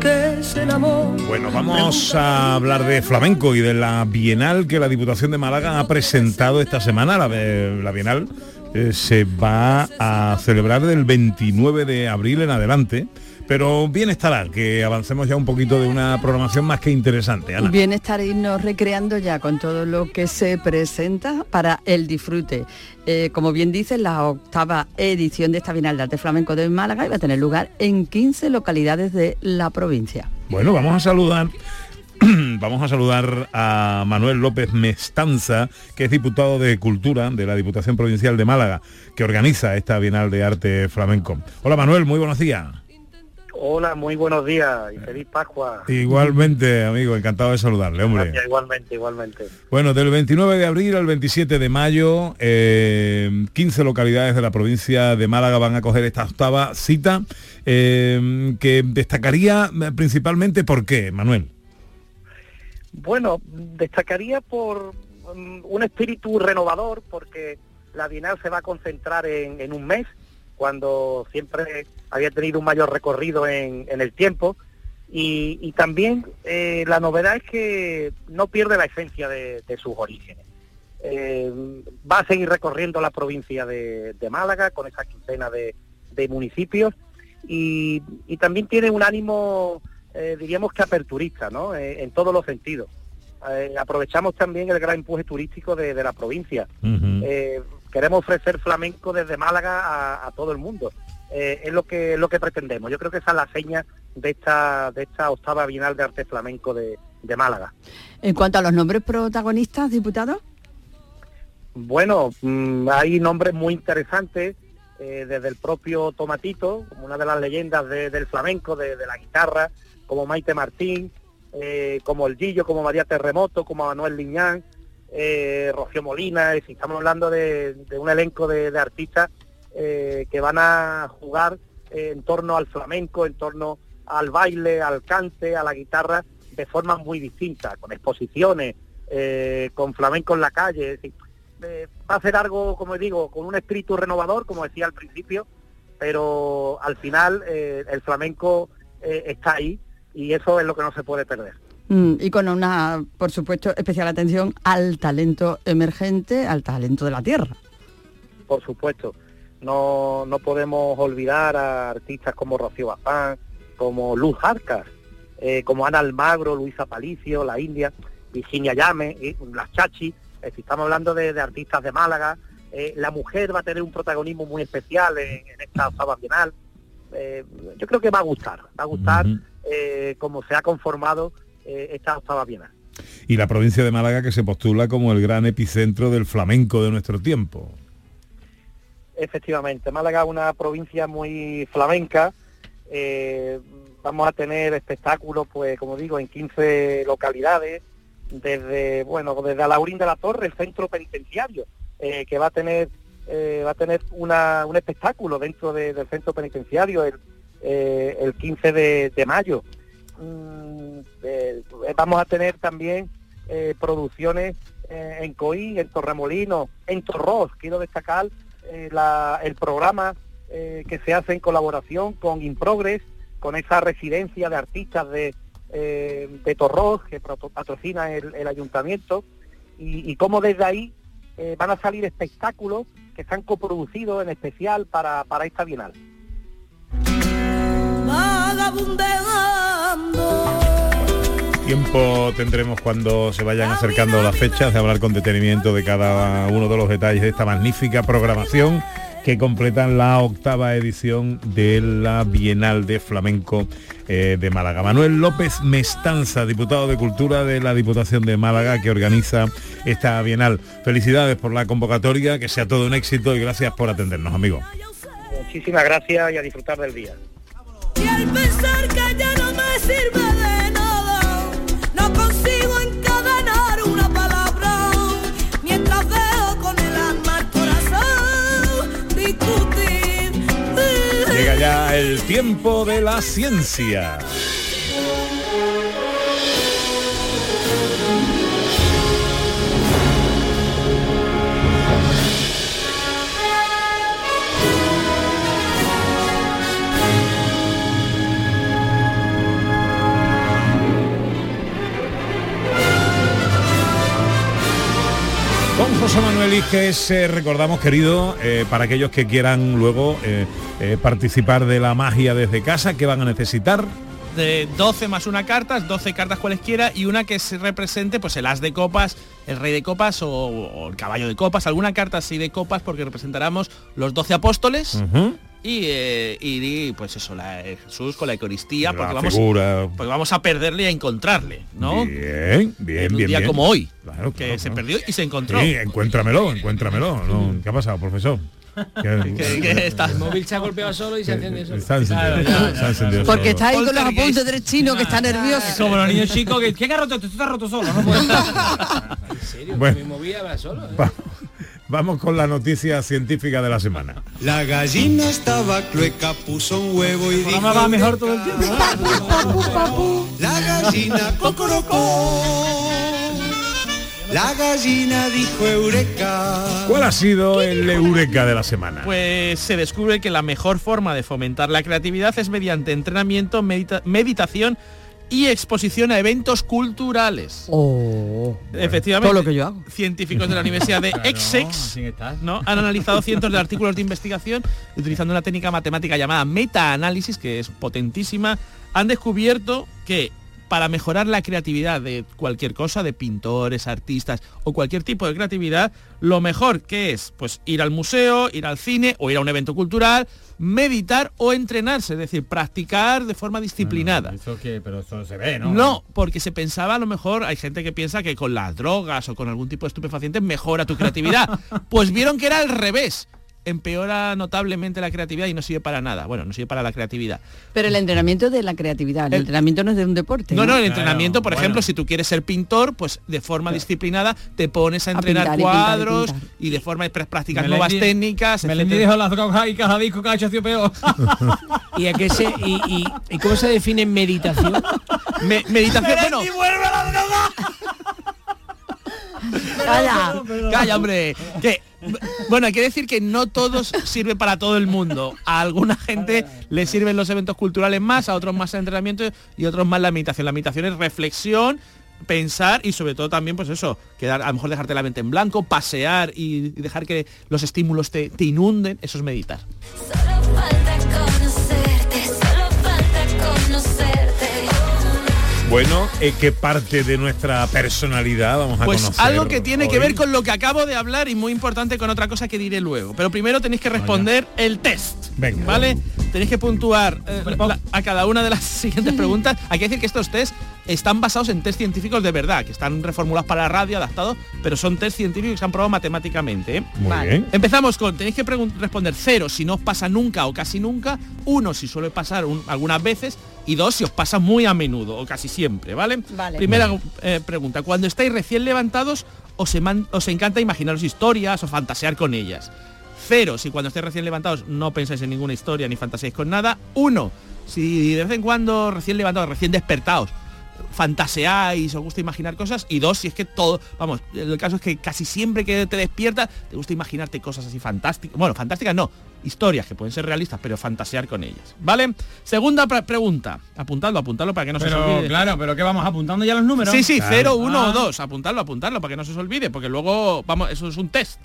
N: ¿Qué es el amor?
D: Bueno, vamos a hablar de flamenco y de la Bienal que la Diputación de Málaga ha presentado esta semana. La, eh, la Bienal eh, se va a celebrar del 29 de abril en adelante. Pero bien estará que avancemos ya un poquito de una programación más que interesante. Ana.
F: Bien estar irnos recreando ya con todo lo que se presenta para el disfrute. Eh, como bien dice, la octava edición de esta Bienal de Arte Flamenco de Málaga iba a tener lugar en 15 localidades de la provincia.
D: Bueno, vamos a saludar. Vamos a saludar a Manuel López Mestanza, que es diputado de Cultura de la Diputación Provincial de Málaga, que organiza esta Bienal de Arte Flamenco. Hola Manuel, muy buenos días.
O: Hola, muy buenos días y feliz Pascua.
D: Igualmente, amigo, encantado de saludarle, hombre.
O: Gracias, igualmente, igualmente.
D: Bueno, del 29 de abril al 27 de mayo, eh, 15 localidades de la provincia de Málaga van a coger esta octava cita, eh, que destacaría eh, principalmente por qué, Manuel.
O: Bueno, destacaría por um, un espíritu renovador, porque la Bienal se va a concentrar en, en un mes, cuando siempre había tenido un mayor recorrido en, en el tiempo. Y, y también eh, la novedad es que no pierde la esencia de, de sus orígenes. Eh, va a seguir recorriendo la provincia de, de Málaga con esa quincena de, de municipios y, y, también tiene un ánimo, eh, diríamos que aperturista, ¿no? Eh, en todos los sentidos. Eh, aprovechamos también el gran empuje turístico de, la provincia. Uh -huh queremos ofrecer flamenco desde Málaga a, a todo el mundo. Eh, es lo que es lo que pretendemos. Yo creo que esa es la seña de esta de esta octava bienal de arte flamenco de, de Málaga.
F: En cuanto a los nombres protagonistas, diputado.
O: Bueno, mmm, hay nombres muy interesantes, eh, desde el propio Tomatito, como una de las leyendas de, del flamenco, de, de, la guitarra, como Maite Martín, eh, como El Gillo, como María Terremoto, como Manuel Liñán, eh, Rocío Molina, es decir, estamos hablando de, de, un elenco de, de artistas eh, que van a jugar eh, en torno al flamenco, en torno al baile, al cante, a la guitarra, de formas muy distintas, con exposiciones, eh, con flamenco en la calle, es decir, va a ser algo, como digo, con un espíritu renovador, como decía al principio, pero al final eh, el flamenco eh, está ahí y eso es lo que no se puede perder
F: mm, y con una, por supuesto, especial atención al talento emergente, al talento de la tierra.
O: Por supuesto, no, no podemos olvidar a artistas como Rocío Bazán, como Luz Arcas, eh, como Ana Almagro, Luisa Palicio, La India, Virginia Llame, eh, Las Chachi, eh, si estamos hablando de, de, artistas de Málaga. Eh, la mujer va a tener un protagonismo muy especial en, en esta octava final. Eh, yo creo que va a gustar, va a gustar uh
D: Mm.
O: -huh. como se ha conformado eh, esta octava bienal.
D: Y la provincia de Málaga que se postula como el gran epicentro del flamenco de nuestro tiempo.
O: Efectivamente, Málaga es una provincia muy flamenca. Eh, vamos a tener espectáculos, pues como digo, en 15 localidades, desde bueno, desde Alaurín de la Torre, el centro penitenciario, eh, que va a tener eh, va a tener una, un espectáculo dentro de, del centro penitenciario el, eh, el 15 de, de mayo. Eh, vamos a tener también eh, producciones eh, en Coí, en Torremolino, en Torros. Quiero destacar eh, la, el programa eh, que se hace en colaboración con Improgres, con esa residencia de artistas de, eh, de Torros que patrocina el, el ayuntamiento, y, y, cómo desde ahí eh, van a salir espectáculos que están coproducidos en especial para, para esta bienal.
D: Tiempo tendremos cuando se vayan acercando las fechas de hablar con detenimiento de cada uno de los detalles de esta magnífica programación que completan la octava edición de la Bienal de Flamenco eh, de Málaga. Manuel López Mestanza, diputado de Cultura de la Diputación de Málaga, que organiza esta Bienal. Felicidades por la convocatoria, que sea todo un éxito y gracias por atendernos, amigo.
O: Muchísimas gracias y a disfrutar del día.
C: Y al pensar que ya no me sirve de nada, no consigo encadenar una palabra. Mientras veo con el alma al corazón discutir.
D: Llega ya el tiempo de la ciencia. Con José Manuel Iges, eh, recordamos, querido, eh, para aquellos que quieran luego eh, eh, participar de la magia desde casa, ¿qué van a necesitar?
E: de 12 más una cartas, 12 cartas cualesquiera y una que se represente pues el as de copas, el rey de copas o, o el caballo de copas, alguna carta así de copas porque representaremos los 12 apóstoles. Y, eh, y di, pues eso, la, eh, Jesús con la Eucaristía, porque vamos,
D: figura.
E: porque vamos a perderle y a encontrarle, ¿no?
D: Bien, bien,
E: En un
D: bien,
E: día
D: bien.
E: como hoy,
D: Claro,
E: que
D: claro,
E: se
D: claro.
E: perdió y se encontró.
D: Sí, encuéntramelo, encuéntramelo. ¿no? ¿Qué ha pasado, profesor? ¿Qué-
E: Que- que está-
J: El móvil se ha golpeado solo y se enciende solo.
D: Está encendido, está encendido solo.
F: Porque está ahí con los apuntes del chino que está nervioso.
G: Como los niños chicos que ¿qué roto? Tú estás roto solo, no puedes.
J: En serio,
D: Bueno.
J: me movía va solo. ¿eh?
D: Va- Vamos con la noticia científica de la semana.
P: La gallina estaba clueca, puso un huevo y dijo...
G: programa va mejor todo el tiempo. ¿eh?
P: La gallina cocorocó. La gallina dijo eureka.
D: ¿Cuál ha sido el eureka de la semana?
E: Pues se descubre que la mejor forma de fomentar la creatividad es mediante entrenamiento, medita- meditación y exposición a eventos culturales. Efectivamente.
F: Oh. Todo lo que yo hago.
E: Científicos de la Universidad de Essex ¿no? han analizado cientos de artículos de investigación utilizando una técnica matemática llamada metaanálisis, que es potentísima. Han descubierto que para mejorar la creatividad de cualquier cosa, de pintores, artistas o cualquier tipo de creatividad, lo mejor que es pues ir al museo, ir al cine o ir a un evento cultural, meditar o entrenarse, es decir, practicar de forma disciplinada.
Q: Eso que, pero eso se ve, ¿no?
E: ¿no? porque se pensaba a lo mejor, hay gente que piensa que con las drogas o con algún tipo de estupefacientes mejora tu creatividad. pues vieron que era al revés. Empeora notablemente la creatividad y no sirve para nada. Bueno, no sirve para la creatividad.
F: Pero el entrenamiento de la creatividad, el, entrenamiento no es de un deporte.
E: No, no, el entrenamiento, por ejemplo, si tú quieres ser pintor, pues de forma disciplinada te pones a
F: A pintar
E: entrenar
F: y pintar y
E: cuadros y,
F: pintar.
E: de forma prácticas
G: Melendi-
E: nuevas técnicas.
G: Melendi
E: etcétera.
G: dejó las drogas y cada disco que ha hecho tío peor.
J: ¿Y, a qué se, y, y- y cómo se define meditación?
E: meditación, bueno,
F: Calla.
E: Calla, hombre. Que, bueno, hay que decir que no todos sirve para todo el mundo. A alguna gente le sirven los eventos culturales más, a otros más entrenamiento y a otros más la meditación. La meditación es reflexión, pensar y sobre todo también, pues eso, quedar, a lo mejor dejarte la mente en blanco, pasear y dejar que los estímulos te, te inunden, eso es meditar.
C: Falta conocerte, solo falta conocerte.
D: Bueno, eh, ¿qué parte de nuestra personalidad vamos a
E: Pues
D: conocer?
E: algo que tiene que
D: hoy?
E: ver con lo que acabo de hablar y muy importante con otra cosa que diré luego. Pero primero tenéis que responder el test.
D: Venga.
E: ¿Vale? Tenéis que puntuar eh, la- a cada una de las siguientes preguntas. Hay que decir que estos test están basados en test científicos de verdad, que están reformulados para la radio, adaptados, pero son test científicos que se han probado matemáticamente. ¿eh?
D: Muy Vale. bien.
E: Empezamos con, tenéis que pregun- responder cero si no os pasa nunca o casi nunca, uno si suele pasar un- algunas veces y dos si os pasa muy a menudo o casi siempre, ¿vale?
J: Vale.
E: Primera eh, pregunta, cuando estáis recién levantados os, eman- os encanta imaginaros historias o fantasear con ellas. Cero, si cuando estáis recién levantados no pensáis en ninguna historia ni fantaseáis con nada. Uno, si de vez en cuando recién levantados, recién despertados, fantaseáis, os gusta imaginar cosas. Y dos, si es que todo, vamos, el caso es que casi siempre que te despiertas, te gusta imaginarte cosas así fantásticas. Bueno, fantásticas no, historias que pueden ser realistas, pero fantasear con ellas. ¿Vale? Segunda pre- pregunta. Apuntadlo, apuntadlo para que no se os
G: Pero
E: olvide.
G: claro, pero que vamos apuntando ya los números.
E: Sí, sí,
G: Claro.
E: 0, 1 o
G: Ah.
E: 2. Apuntarlo, apuntarlo para que no se os olvide, porque luego, vamos, eso es un test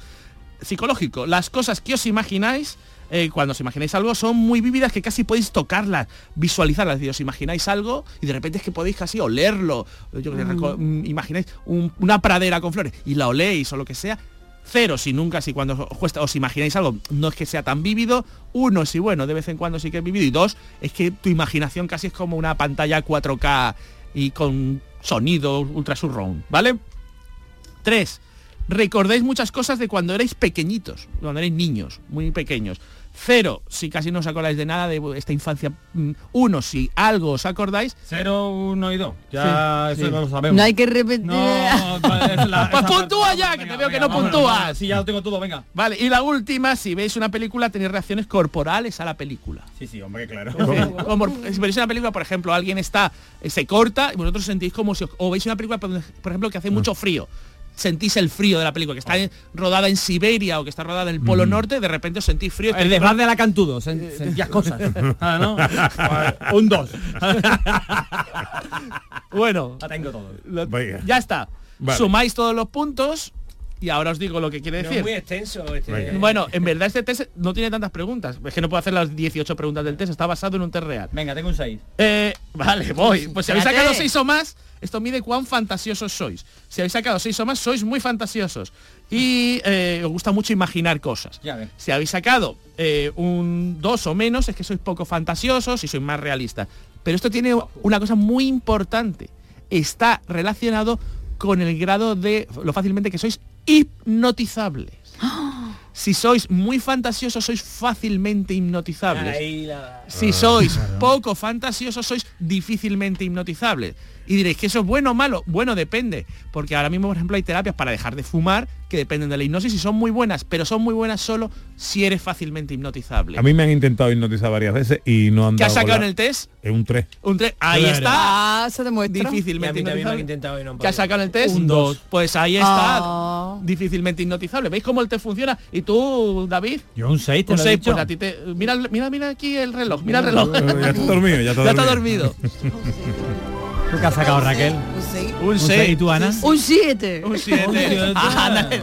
E: psicológico. Las cosas que os imagináis eh, cuando os imagináis algo, son muy vívidas que casi podéis tocarlas, visualizarlas. Es decir, os imagináis algo y de repente es que podéis casi olerlo. Yo que sé, reco- mm, imagináis un- una pradera con flores y la oléis o lo que sea. Cero si nunca, si cuando os, cuesta- os imagináis algo, no es que sea tan vívido. Uno, si bueno, de vez en cuando sí que es vívido. Y dos, es que tu imaginación casi es como una pantalla 4K y con sonido ultra surround, ¿vale? Tres, recordéis muchas cosas de cuando erais pequeñitos, cuando erais niños, muy pequeños. Cero, si casi no os acordáis de nada de esta infancia. Mm, Uno, si algo os acordáis.
G: Cero, uno y dos. Ya eso no lo sabemos.
F: No hay que repetir.
E: pues puntúa ya, que te veo que no
G: vámonos,
E: puntúas.
G: vámonos. Sí, ya lo tengo todo, venga.
E: Vale, y la última, si veis una película, tenéis reacciones corporales a la película.
G: Sí, sí, hombre, claro.
E: Como, si veis una película, por ejemplo, alguien está, eh, se corta y vosotros sentís como si os- o veis una película, por por ejemplo,
G: Ah.
E: que hace mucho frío. Sentís el frío de la película, que está en- rodada en Siberia o que está rodada en el
G: Mm.
E: Polo Norte, de repente os sentís frío.
G: El desván de la Cantudo, sen- sentías cosas. Ah, ¿no? Un dos.
E: bueno.
G: La tengo todo.
E: Ya está.
G: Vale.
E: Sumáis todos los puntos y ahora os digo lo que quiere
J: No,
E: decir.
J: muy extenso este.
E: Venga. Bueno, en verdad este test no tiene tantas preguntas. Es que no puedo hacer las 18 preguntas del test, está basado en un test real.
G: Venga, tengo un 6.
E: Eh, vale, voy. Pues si habéis
G: Espérate.
E: sacado seis o más, esto mide cuán fantasiosos sois. Si habéis sacado seis o más, sois muy fantasiosos. Y eh, os gusta mucho imaginar cosas.
G: Ya ves.
E: Si habéis sacado eh, un 2 o menos, es que sois poco fantasiosos y sois más realistas. Pero esto tiene una cosa muy importante. Está relacionado con el grado de lo fácilmente que sois hipnotizables. Si sois muy fantasiosos, sois fácilmente hipnotizables.
J: Ahí la- Ah.
E: Si sois poco fantasiosos, sois difícilmente hipnotizables. Y diréis que eso es bueno o malo. Bueno, depende. Porque ahora mismo, por ejemplo, hay terapias para dejar de fumar que dependen de la hipnosis y son muy buenas, pero son muy buenas solo si eres fácilmente hipnotizable.
D: A mí me han intentado hipnotizar varias veces y no han
E: ¿Qué has
D: dado
E: sacado
D: la-
E: en el test?
D: Es un 3.
E: Un tres. Ahí
D: Claro.
E: está.
F: Ah, se demuestra.
E: Difícilmente
J: Y a mí también me han
E: hipnotizable.
J: intentado y no han
E: ¿Qué has sacado en el test? Un 2. Pues ahí está.
F: Ah.
E: Difícilmente hipnotizable. ¿Veis cómo el test funciona? ¿Y tú, David?
G: Yo un 6, te
E: Un
G: lo he
E: seis,
G: dicho.
E: pues a ti te- Mira, mira, mira aquí el reloj. Mira el reloj.
D: Ya está dormido, ya está
E: Ya está
D: dormido.
E: dormido.
G: ¿Tú qué has sacado, Raquel? Un
K: 6.
E: Un
G: seis. ¿Y tú, Ana?
F: Un 7.
E: Un 7.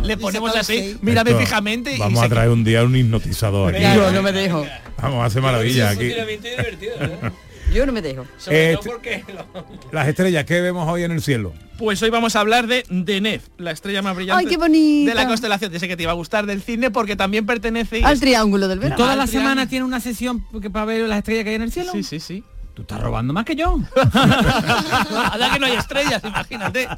E: le ponemos así. Mírame
D: Esto,
E: fijamente. y
D: Vamos
E: se-
D: a traer un día un hipnotizador aquí.
F: Yo no me dejo.
D: Vamos a hacer maravilla
J: Eso
D: aquí.
J: funcionamiento divertido, ¿eh?
F: Yo no me dejo.
J: Sobre
E: Eh,
D: Este-
J: todo porque lo-
D: Las estrellas que vemos hoy en el cielo.
E: Pues hoy vamos a hablar de Denef, la estrella más brillante
F: Ay, qué bonita.
E: de la constelación. Yo sé que te iba a gustar del cine porque también pertenece
F: Al triángulo del verano.
G: Todas las semanas tiene una sesión que- para ver las estrellas que hay en el cielo. Sí,
E: sí, sí.
G: Tú estás robando más que yo.
E: Ahora que no hay estrellas, imagínate.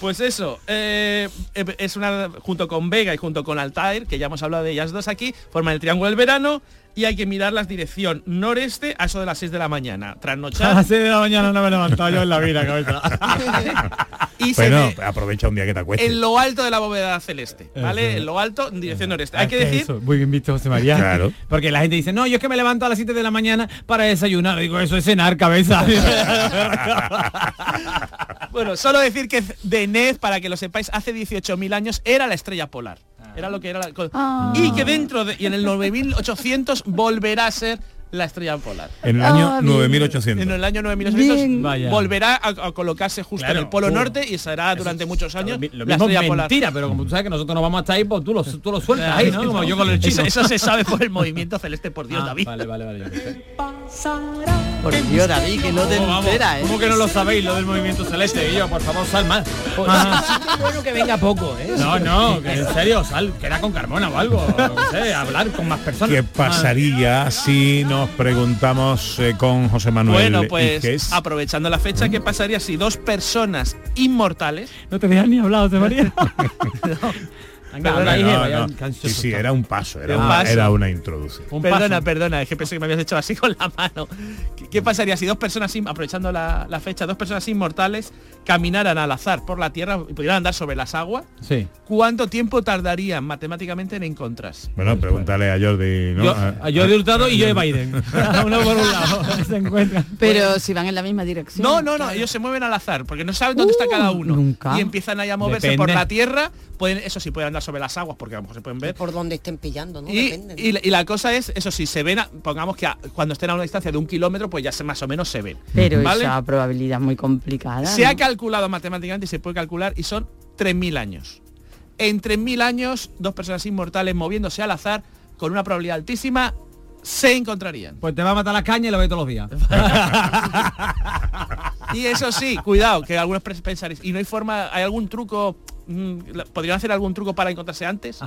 E: Pues eso, eh, eh, es una junto con Vega y junto con Altair, que ya hemos hablado de ellas dos aquí, forman el Triángulo del Verano y hay que mirar la dirección noreste a eso de las 6 de la mañana,
G: A
E: trasnochar
G: las 6 de la mañana no me he levantado yo en la vida, cabeza.
E: y se
D: Bueno,
E: ve
D: Pues aprovecha un día que te acuestes.
E: en lo alto de la bóveda celeste, ¿vale? En lo alto, en dirección noreste. Hay que decir
G: Eso, muy bien visto, José María.
D: Claro.
G: Porque la gente dice, no, yo es que me levanto a las 7 de la mañana para desayunar. Digo, eso es cenar, cabeza.
E: Bueno, solo decir que Deneb, para que lo sepáis, hace 18.000 años era la estrella polar. Era lo que era la- co-
F: Ah.
E: Y que dentro de... Y en el 9800 volverá a ser la estrella polar.
D: En el año
E: Ah, bien.
D: 9800.
E: En el año 9800
D: Bien. Vaya.
E: volverá a, a colocarse justo
G: Claro,
E: en el polo
G: oh.
E: norte y será durante muchos años la
G: Lo mismo es
E: estrella
G: mentira,
E: polar.
G: pero como tú sabes que nosotros no vamos hasta ahí, pues tú lo, tú lo sueltas ahí, ¿no? Como yo con el
E: eso,
G: chino. Ah,
E: eso se sabe por el movimiento celeste, por Dios, David.
G: Vale, vale, vale.
F: Por Dios, David, que no te
G: ¿Cómo, vamos?
F: enteras, ¿eh?
G: ¿Cómo que no lo sabéis lo del movimiento celeste? Y yo, por favor, sal más.
F: Ah.
J: bueno que venga poco, ¿eh?
G: No, no, que en serio, sal, queda con Carmona o algo, no sé, hablar con más personas.
D: ¿Qué pasaría si nos preguntamos eh, con José Manuel
E: Bueno, pues
D: Iges?
E: aprovechando la fecha, ¿qué pasaría si dos personas inmortales
G: No te dejan ni hablado, te María.
E: Perdona,
D: Ah, No,
E: Iges,
D: no,
E: vaya
D: no.
E: un
D: Sí, sí, era un paso, era,
E: Un
D: una,
E: paso.
D: era una introducción.
E: perdona, perdona, es que pensé que me habías hecho así con la mano. ¿Qué, qué pasaría si dos personas, in- aprovechando la, la fecha, dos personas inmortales caminaran al azar por la Tierra y pudieran andar sobre las aguas?
G: Sí.
E: ¿Cuánto tiempo tardarían matemáticamente en encontrarse?
D: Bueno, pregúntale a Jordi, ¿no?
G: Yo-
D: A-
G: a Jordi Hurtado y yo de Biden. Uno por un lado. Se encuentran.
F: Pero si van en la misma dirección. Uh,
E: No, no, no, ellos se mueven al azar porque no saben dónde está cada uno. Y empiezan ahí a moverse por
G: Depende.
E: la Tierra, pueden, eso sí, pueden andar sobre las aguas porque a lo mejor se pueden ver.
K: Por donde estén pillando, ¿no?
E: Y,
K: Depende.
E: y la- y la cosa es, eso sí, se ven, a- pongamos que a- cuando estén a una distancia de un kilómetro, pues ya se, más o menos se ven.
F: Pero
E: ¿vale?
F: esa probabilidad muy complicada.
E: Se ha
F: ¿no?
E: calculado matemáticamente y se puede calcular y son 3.000 años. En 3.000 años, dos personas inmortales moviéndose al azar, con una probabilidad altísima se encontrarían.
G: Pues te va a matar la caña y lo ve todos los días.
E: Y eso sí, cuidado, que algunos pres- pensaréis, y no hay forma, hay algún truco, mm, la- podrían hacer algún truco para encontrarse antes.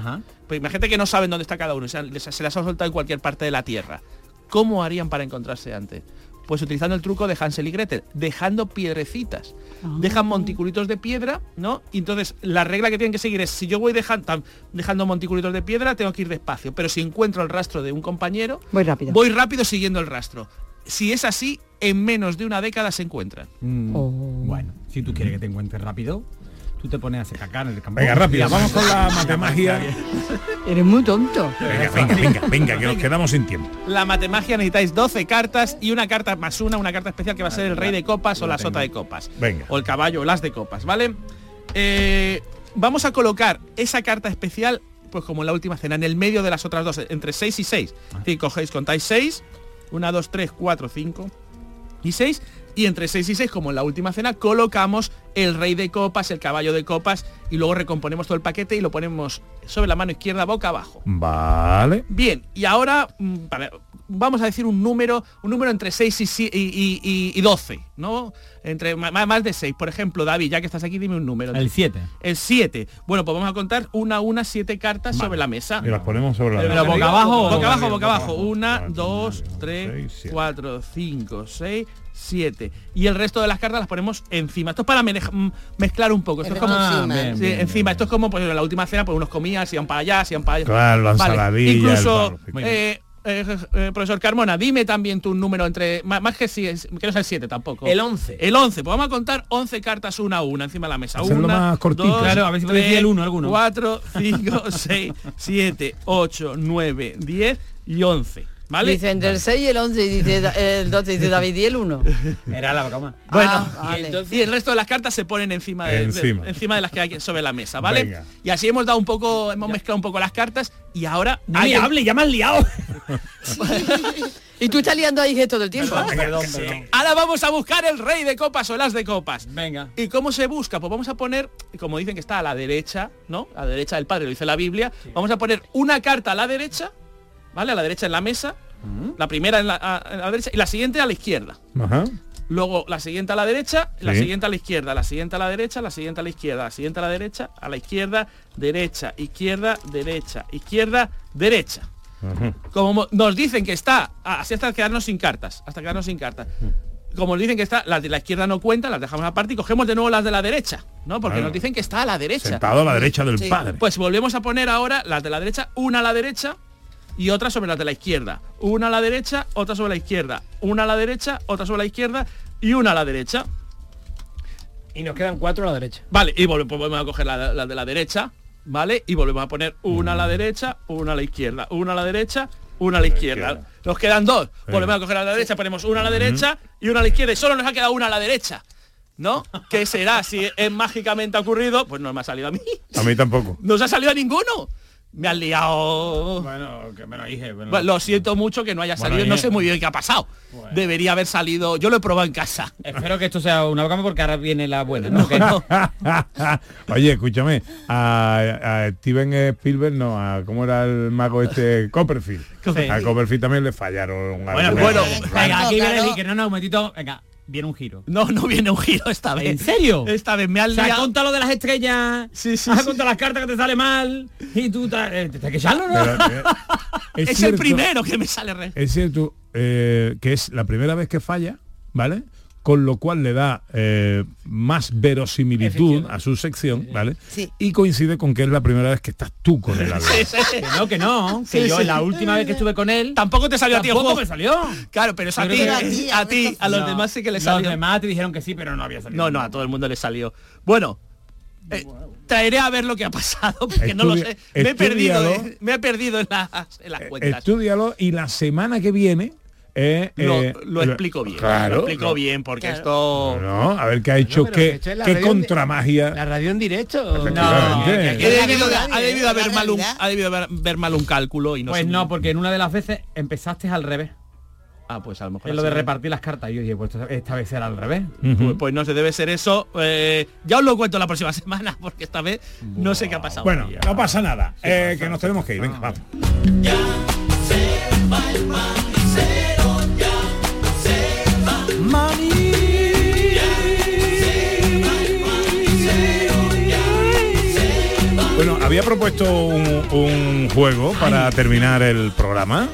E: Pues imagínate que no saben dónde está cada uno, o sea, les- se las han soltado en cualquier parte de la Tierra. ¿Cómo harían para encontrarse antes? Pues utilizando el truco de Hansel y Gretel, dejando piedrecitas.
F: Ah.
E: Dejan monticulitos de piedra, ¿no? Y entonces la regla que tienen que seguir es, si yo voy dejan- tam- dejando monticulitos de piedra, tengo que ir despacio. Pero si encuentro el rastro de un compañero,
F: Voy rápido.
E: voy rápido siguiendo el rastro. Si es así, en menos de una década se encuentran.
J: Oh.
G: Bueno, si tú quieres que te encuentres rápido, tú te pones a hacer caca en el campo.
D: Venga, rápido, vamos con la matemagia.
F: Eres muy tonto.
D: Venga, venga, venga, venga, que nos quedamos sin tiempo.
E: La matemagia necesitáis 12 cartas y una carta más una, una carta especial que va a ser el rey de copas o la sota de copas.
D: Venga.
E: O el caballo o las de copas, ¿vale? Eh, vamos a colocar esa carta especial, pues como en la última cena, en el medio de las otras dos, entre 6 y 6. Si cogéis, contáis 6, 1, 2, 3, 4, 5 y 6. Y entre 6 y 6, como en la última cena, colocamos el rey de copas, el caballo de copas y luego recomponemos todo el paquete y lo ponemos sobre la mano izquierda boca abajo.
D: Vale.
E: Bien, y ahora mm, para- vamos a decir un número, un número entre 6 y, si- y, y- y- y 12, ¿no? Entre ma- ma- más de 6. Por ejemplo, David, ya que estás aquí, dime un número.
G: El 7.
E: El 7. Bueno, pues vamos a contar una a una siete cartas sobre la mesa.
D: Y las ponemos sobre la
E: Pero
D: mesa.
E: boca abajo, boca abajo, boca
D: Boca
E: abajo. Una, dos, tres, cuatro, cinco, seis, siete. Y el resto de las cartas las ponemos encima. Esto es para menej- mm, mezclar un poco. Esto es como
G: Ah,
E: Sí,
G: bien, bien,
E: encima. Esto es como pues en la última cena, pues unos comían, se iban para allá, se iban para allá.
D: Claro, la ensaladilla, el
E: Incluso,
D: barro, sí.
E: eh, eh, eh, profesor Carmona, dime también tu número entre. Más, más que si es- que no sea el 7 tampoco.
J: El 11.
E: El 11. Pues vamos a contar 11 cartas una a una encima de la mesa.
G: Hacerlo
E: Una,
G: más cortito.
E: dos,
G: Claro, a ver si
E: tres,
G: puede decir el uno alguno.
E: 4, 5, 6, 7, 8, 9, 10 y 11. ¿Vale?
F: Dice entre el 6 y el 11 y dice da- el 12 dice David y el 1.
G: Era la broma.
E: Bueno,
F: vale.
E: y, entonces- y el resto de las cartas se ponen encima de, de-
D: Encima.
E: encima. de las que hay sobre la mesa, ¿vale?
D: Venga.
E: Y así hemos dado un poco, hemos mezclado un poco las cartas y ahora.
F: No me hable,
E: ya me han liado.
F: y tú estás liando ahí gestos todo el tiempo.
E: Ahora vamos a buscar el rey de copas o las de copas. Venga. ¿Y cómo se busca? Pues vamos a poner, como dicen que está a la derecha, ¿no? A la derecha del padre, lo dice la Biblia. Vamos a poner una carta a la derecha, ¿vale? A la derecha en la mesa. La primera en la, a- a la derecha y la siguiente a la izquierda.
D: Ajá.
E: Luego la siguiente a la derecha, la
D: Sí.
E: siguiente a la izquierda, la siguiente a la derecha, la siguiente a la izquierda, la siguiente a la derecha, a la izquierda, derecha, izquierda, derecha, izquierda, derecha. Como mo- nos dicen que está, ah, así hasta quedarnos sin cartas, hasta quedarnos sin cartas.
D: Hmm.
E: Como nos dicen que está, las de la izquierda no cuentan, las dejamos aparte y cogemos de nuevo las de la derecha, ¿no? Porque
D: Claro.
E: nos dicen que está a la derecha.
D: Sentado a la derecha del padre.
E: Pues volvemos a poner ahora las de la derecha, una a la derecha y otra sobre las de la izquierda. Una a la derecha, otra sobre la izquierda. Una a la derecha, otra sobre la izquierda y una a la derecha.
J: Y nos quedan cuatro a la derecha.
E: Vale, y volve- pues volvemos a coger la, la de la derecha, ¿vale? Y volvemos a poner una a la derecha, una a la izquierda, una a la derecha, una a la izquierda. Nos quedan dos. Volvemos a coger a la derecha, ponemos una a la derecha y una a la izquierda. Y solo nos ha quedado una a la derecha. ¿No? ¿Qué será? Si es mágicamente ha ocurrido, pues no me ha salido a mí.
D: A mí tampoco.
E: ¿No os ha salido a ninguno? Me han liado.
G: Bueno, que me lo dije. Bueno.
E: Bueno, lo siento mucho que no haya
G: Bueno,
E: salido. No
G: oye.
E: sé muy bien qué ha pasado. Debería haber salido. Yo lo he probado en casa.
G: Espero que esto sea una broma porque ahora viene la abuela, ¿no? Que-
D: Oye, escúchame, a, a Steven Spielberg no, a cómo era el mago este Copperfield.
G: Copperfield.
D: A Copperfield también le fallaron.
G: Bueno,
D: algunas
G: bueno,
D: cosas.
G: venga, aquí viene el que no, no, un momentito, venga, viene un giro.
E: No, no viene un giro esta vez.
G: ¿En serio?
E: Esta vez me han
G: O sea,
E: liado.
G: conta lo de las estrellas, sí, sí, contado las cartas que te sale mal, y tú ta- eh, te estás quejando, ¿no?
D: Pero, eh,
E: Es, el
D: cierto-
E: primero que me sale re.
D: Es cierto eh, que es la primera vez que falla, ¿vale? Con lo cual le da eh, más verosimilitud a su sección, ¿vale? Y coincide con que es la primera vez que estás tú con el álbum.
G: Que no, que no, que
E: Sí,
G: yo
E: sí.
G: la última vez que estuve con él...
E: Tampoco te salió a ti el
G: Tampoco
E: juego.
G: me salió.
E: Claro, pero es a
G: Yo creo
E: ti,
G: que-
E: a ti, a ti, a los demás sí que les
G: Los
E: salió.
G: demás te dijeron que sí, pero no había salido.
E: No, no, a todo el mundo le salió. Bueno, eh, traeré a ver lo que ha pasado, porque no lo sé. Me he
D: Estudia- Eh,
E: perdido,
D: estudialo.
E: eh, me he perdido en las, en las cuentas.
D: Estúdialo y la semana que viene... eh,
E: lo,
D: eh,
E: lo explico bien.
D: Claro.
E: lo explico
D: lo-
E: bien, porque
D: Claro.
E: esto.
D: No, a ver qué ha hecho,
J: pero
D: qué,
J: esto es la
D: qué
J: radio en di-
D: contramagia.
J: La radio en directo.
D: Efectivamente.
E: Ha debido, ha debido haber mal un, ha debido haber, ver mal un cálculo y no
G: Pues
E: sé.
G: no, porque en una de las veces
E: em,
G: empezaste al revés.
E: Ah, pues a lo mejor.
G: En lo de
E: así.
G: repartir las cartas. Yo dije, pues esta vez será al revés.
E: Pues, pues no se debe ser eso. Eh, ya os lo cuento la próxima semana, porque esta vez no sé qué ha pasado. Ah,
D: Bueno, no pasa nada, eh, que nos tenemos que ir. Venga, vamos.
C: Llegó el manicero ya se va.
D: Bueno, había propuesto un, un juego para terminar el programa.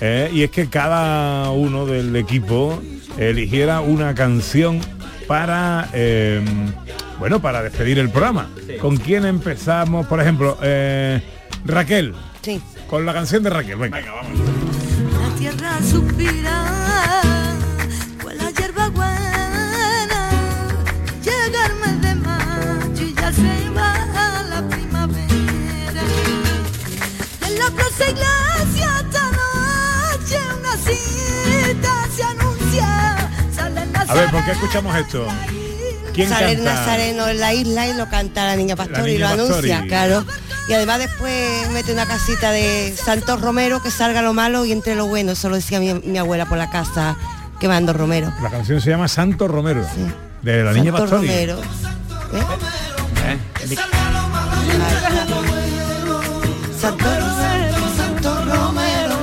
D: Eh, y es que cada uno del equipo eligiera una canción para eh, bueno para despedir el programa.
K: Sí.
D: ¿Con quién empezamos? Por ejemplo, eh, Raquel.
K: Sí.
D: Con la canción de Raquel, venga.
C: La tierra suspira con la hierba buena. Llega el mes de mayo y ya se va la primavera. Y en la plaza iglesia esta noche una cita se anuncia. Sale el
D: A ver, ¿por qué escuchamos esto? ¿Quién
K: sale el
D: canta?
K: Nazareno en la isla y lo canta la niña Pastor y lo
D: Niña Pastori.
K: anuncia, claro. Y además después mete una casita de Santos Romero que salga lo malo y entre lo bueno. Eso lo decía mi, mi abuela por la casa quemando Romero.
D: La canción se llama Santo Romero. De la niña
K: Santos
D: Pastori.
K: Romero.
D: Eh, de-
C: Santo Romero, Santo Romero,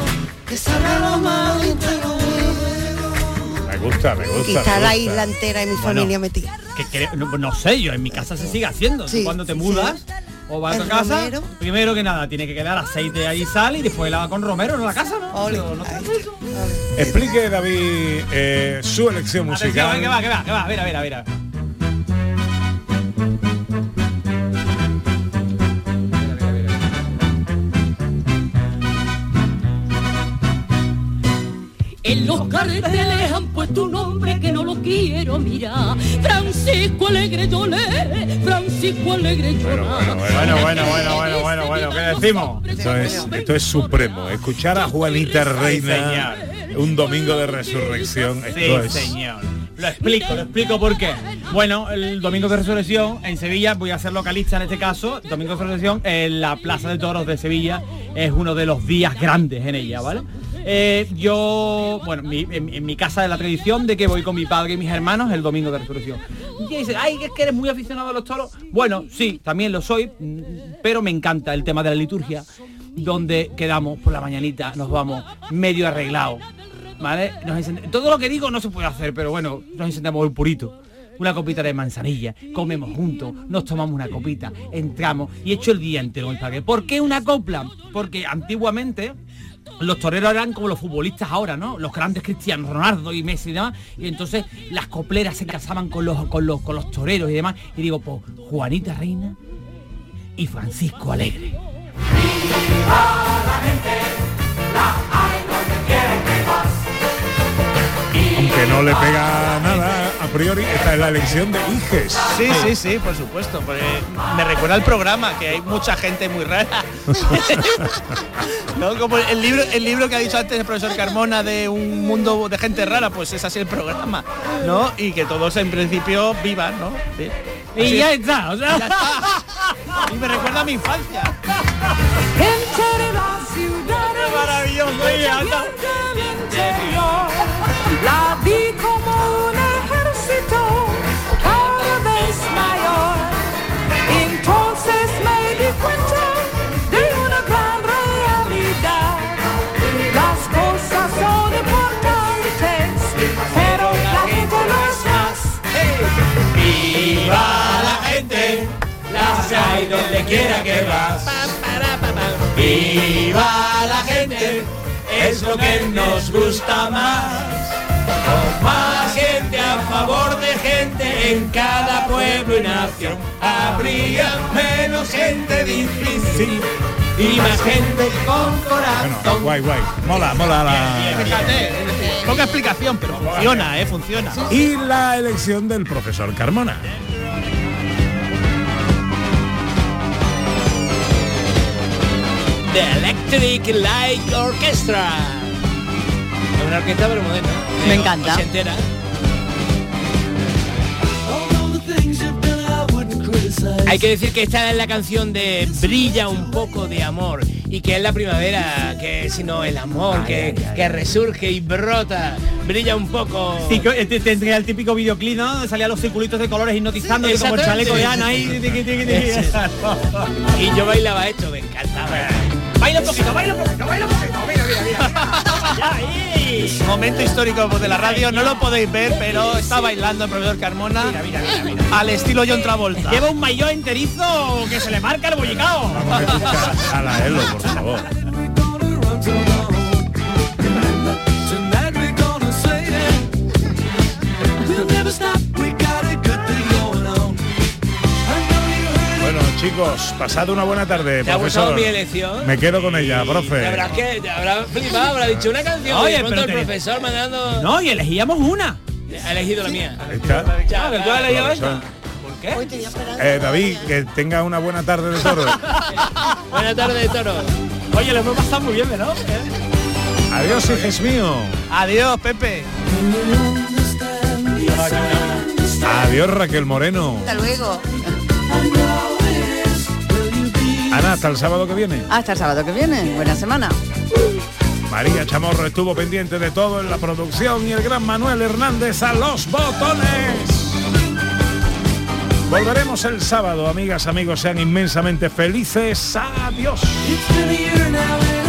C: que salga lo malo y te lo
D: Me gusta, me gusta.
K: Y
G: me
K: está la
G: gusta.
K: isla entera y mi
G: Bueno.
K: familia metida.
G: Que creo- no, no sé yo, en mi casa se sigue haciendo. Tú cuando te mudas o vas a
K: El
G: tu casa,
K: romero.
G: primero que nada, tiene que quedar aceite ahí sal y después la va con romero en la casa, ¿no? Pero no tengo eso.
D: Explique, David, eh, su elección
G: Atención,
D: musical.
G: que va, que va, que va, mira, mira, mira.
Q: En los carteles han puesto un nombre que no lo quiero mirar. Francisco Alegre Lloré, Francisco Alegre Lloré.
D: Bueno, bueno, bueno, bueno, bueno, bueno, ¿qué decimos? Esto es, esto es supremo. Escuchar a Juanita Reina un domingo de resurrección.
G: Sí,
D: Esto es.
G: señor. Lo explico, lo explico por qué. Bueno, el Domingo de Resurrección en Sevilla, voy a ser localista en este caso, Domingo de Resurrección en la Plaza de Toros de Sevilla es uno de los días grandes en ella, ¿vale? Eh, yo, bueno, mi- en, en mi casa es la tradición de que voy con mi padre y mis hermanos el Domingo de Resurrección. Y dice, ay, es que eres muy aficionado a los toros. Bueno, sí, también lo soy, mm, pero me encanta el tema de la liturgia, donde quedamos por la mañanita, nos vamos medio arreglados, ¿vale? Nos encend- Todo lo que digo no se puede hacer, pero bueno, nos encendemos el purito. Una copita de manzanilla, comemos juntos, nos tomamos una copita, entramos y hecho el día entero con el padre. ¿Por qué una copla? Porque antiguamente los toreros eran como los futbolistas ahora, ¿no? Los grandes cristianos, Ronaldo y Messi y demás. Y entonces las copleras se casaban con los, con los, con los toreros y demás. Y digo, pues Juanita Reina y Francisco Alegre.
D: Aunque no le pega nada, a priori, esta es la elección de Iges.
E: Sí, sí, sí, por supuesto, porque me recuerda al programa, que hay mucha gente muy rara. ¿No? Como el libro, el libro que ha dicho antes el profesor Carmona de un mundo de gente rara, pues es así el programa, ¿no? Y que todos en principio vivan, ¿no? Sí.
G: Y
E: Así
G: ya
E: es.
G: está, o sea.
E: Ya está. Y me recuerda a mi infancia.
C: Entre las ciudades
E: Qué maravilloso, oye, anda.
C: y del interior, la vi como un ejército cada vez mayor. Entonces me di cuenta de una gran realidad. Las cosas son importantes, pero la gente no es más.
Q: ¡Viva la gente!
C: Las hay donde quiera que vas.
Q: ¡Viva la gente!
C: Es lo que nos gusta más. Con más gente a favor de gente en cada pueblo y nación. Habría menos gente difícil y más gente con corazón.
D: Bueno, guay, guay. Mola, mola la.
E: Fíjate, poca explicación, pero funciona, ¿eh? Funciona.
D: Y la elección del profesor Carmona.
J: The Electric Light Orchestra. Es una orquesta pero moderna.
F: Me encanta.
J: Ochentera.
C: All the things you've done, I wouldn't criticize.
R: Hay que decir que esta es la canción de Brilla un poco de amor y que es la primavera, que si no el amor, que, que resurge y brota, brilla un poco.
G: Sí, que este tendría el típico videoclip, ¿no? Donde salían los circulitos de colores hipnotizando que como el
R: Exactamente.
G: chaleco de Ana ahí. tiqui, tiqui, tiqui.
R: Sí, sí, sí. Y yo bailaba esto, me encantaba.
G: Baila un poquito, baila un poquito, baila un poquito. Mira, mira, mira.
E: Momento histórico de la radio, no lo podéis ver, pero está bailando el proveedor Carmona al estilo John Travolta.
G: Lleva un maillot enterizo que se le marca el bollicao.
D: A la Elo, por favor. Bueno, chicos, pasad una buena tarde,
R: ¿Te ha gustado
D: profesor.
R: mi elección?
D: Me quedo con ella,
R: La
D: profe.
R: verdad es que te habrá flipado, habrá dicho una canción
G: Oye,
R: y de pronto
G: pero
R: el
G: te-
R: profesor mandando...
G: No, y elegíamos una.
R: Ha elegido la mía.
D: Está.
R: Ya, que tú has elegido esta.
D: Profesor. Eh, David, que tenga una buena tarde de toro.
R: Buenas tardes, toro.
G: Oye, lo hemos pasado muy bien, ¿no?
D: Adiós, hijos mío.
E: Adiós, Pepe.
D: Adiós, Raquel Moreno.
F: Hasta luego.
D: Ana, hasta el sábado que viene.
F: Hasta el sábado que viene. Buena semana.
D: María Chamorro estuvo pendiente de todo en la producción y el gran Manuel Hernández a los botones. Volveremos el sábado, amigas, amigos, sean inmensamente felices. Adiós.
C: It's been a year now. and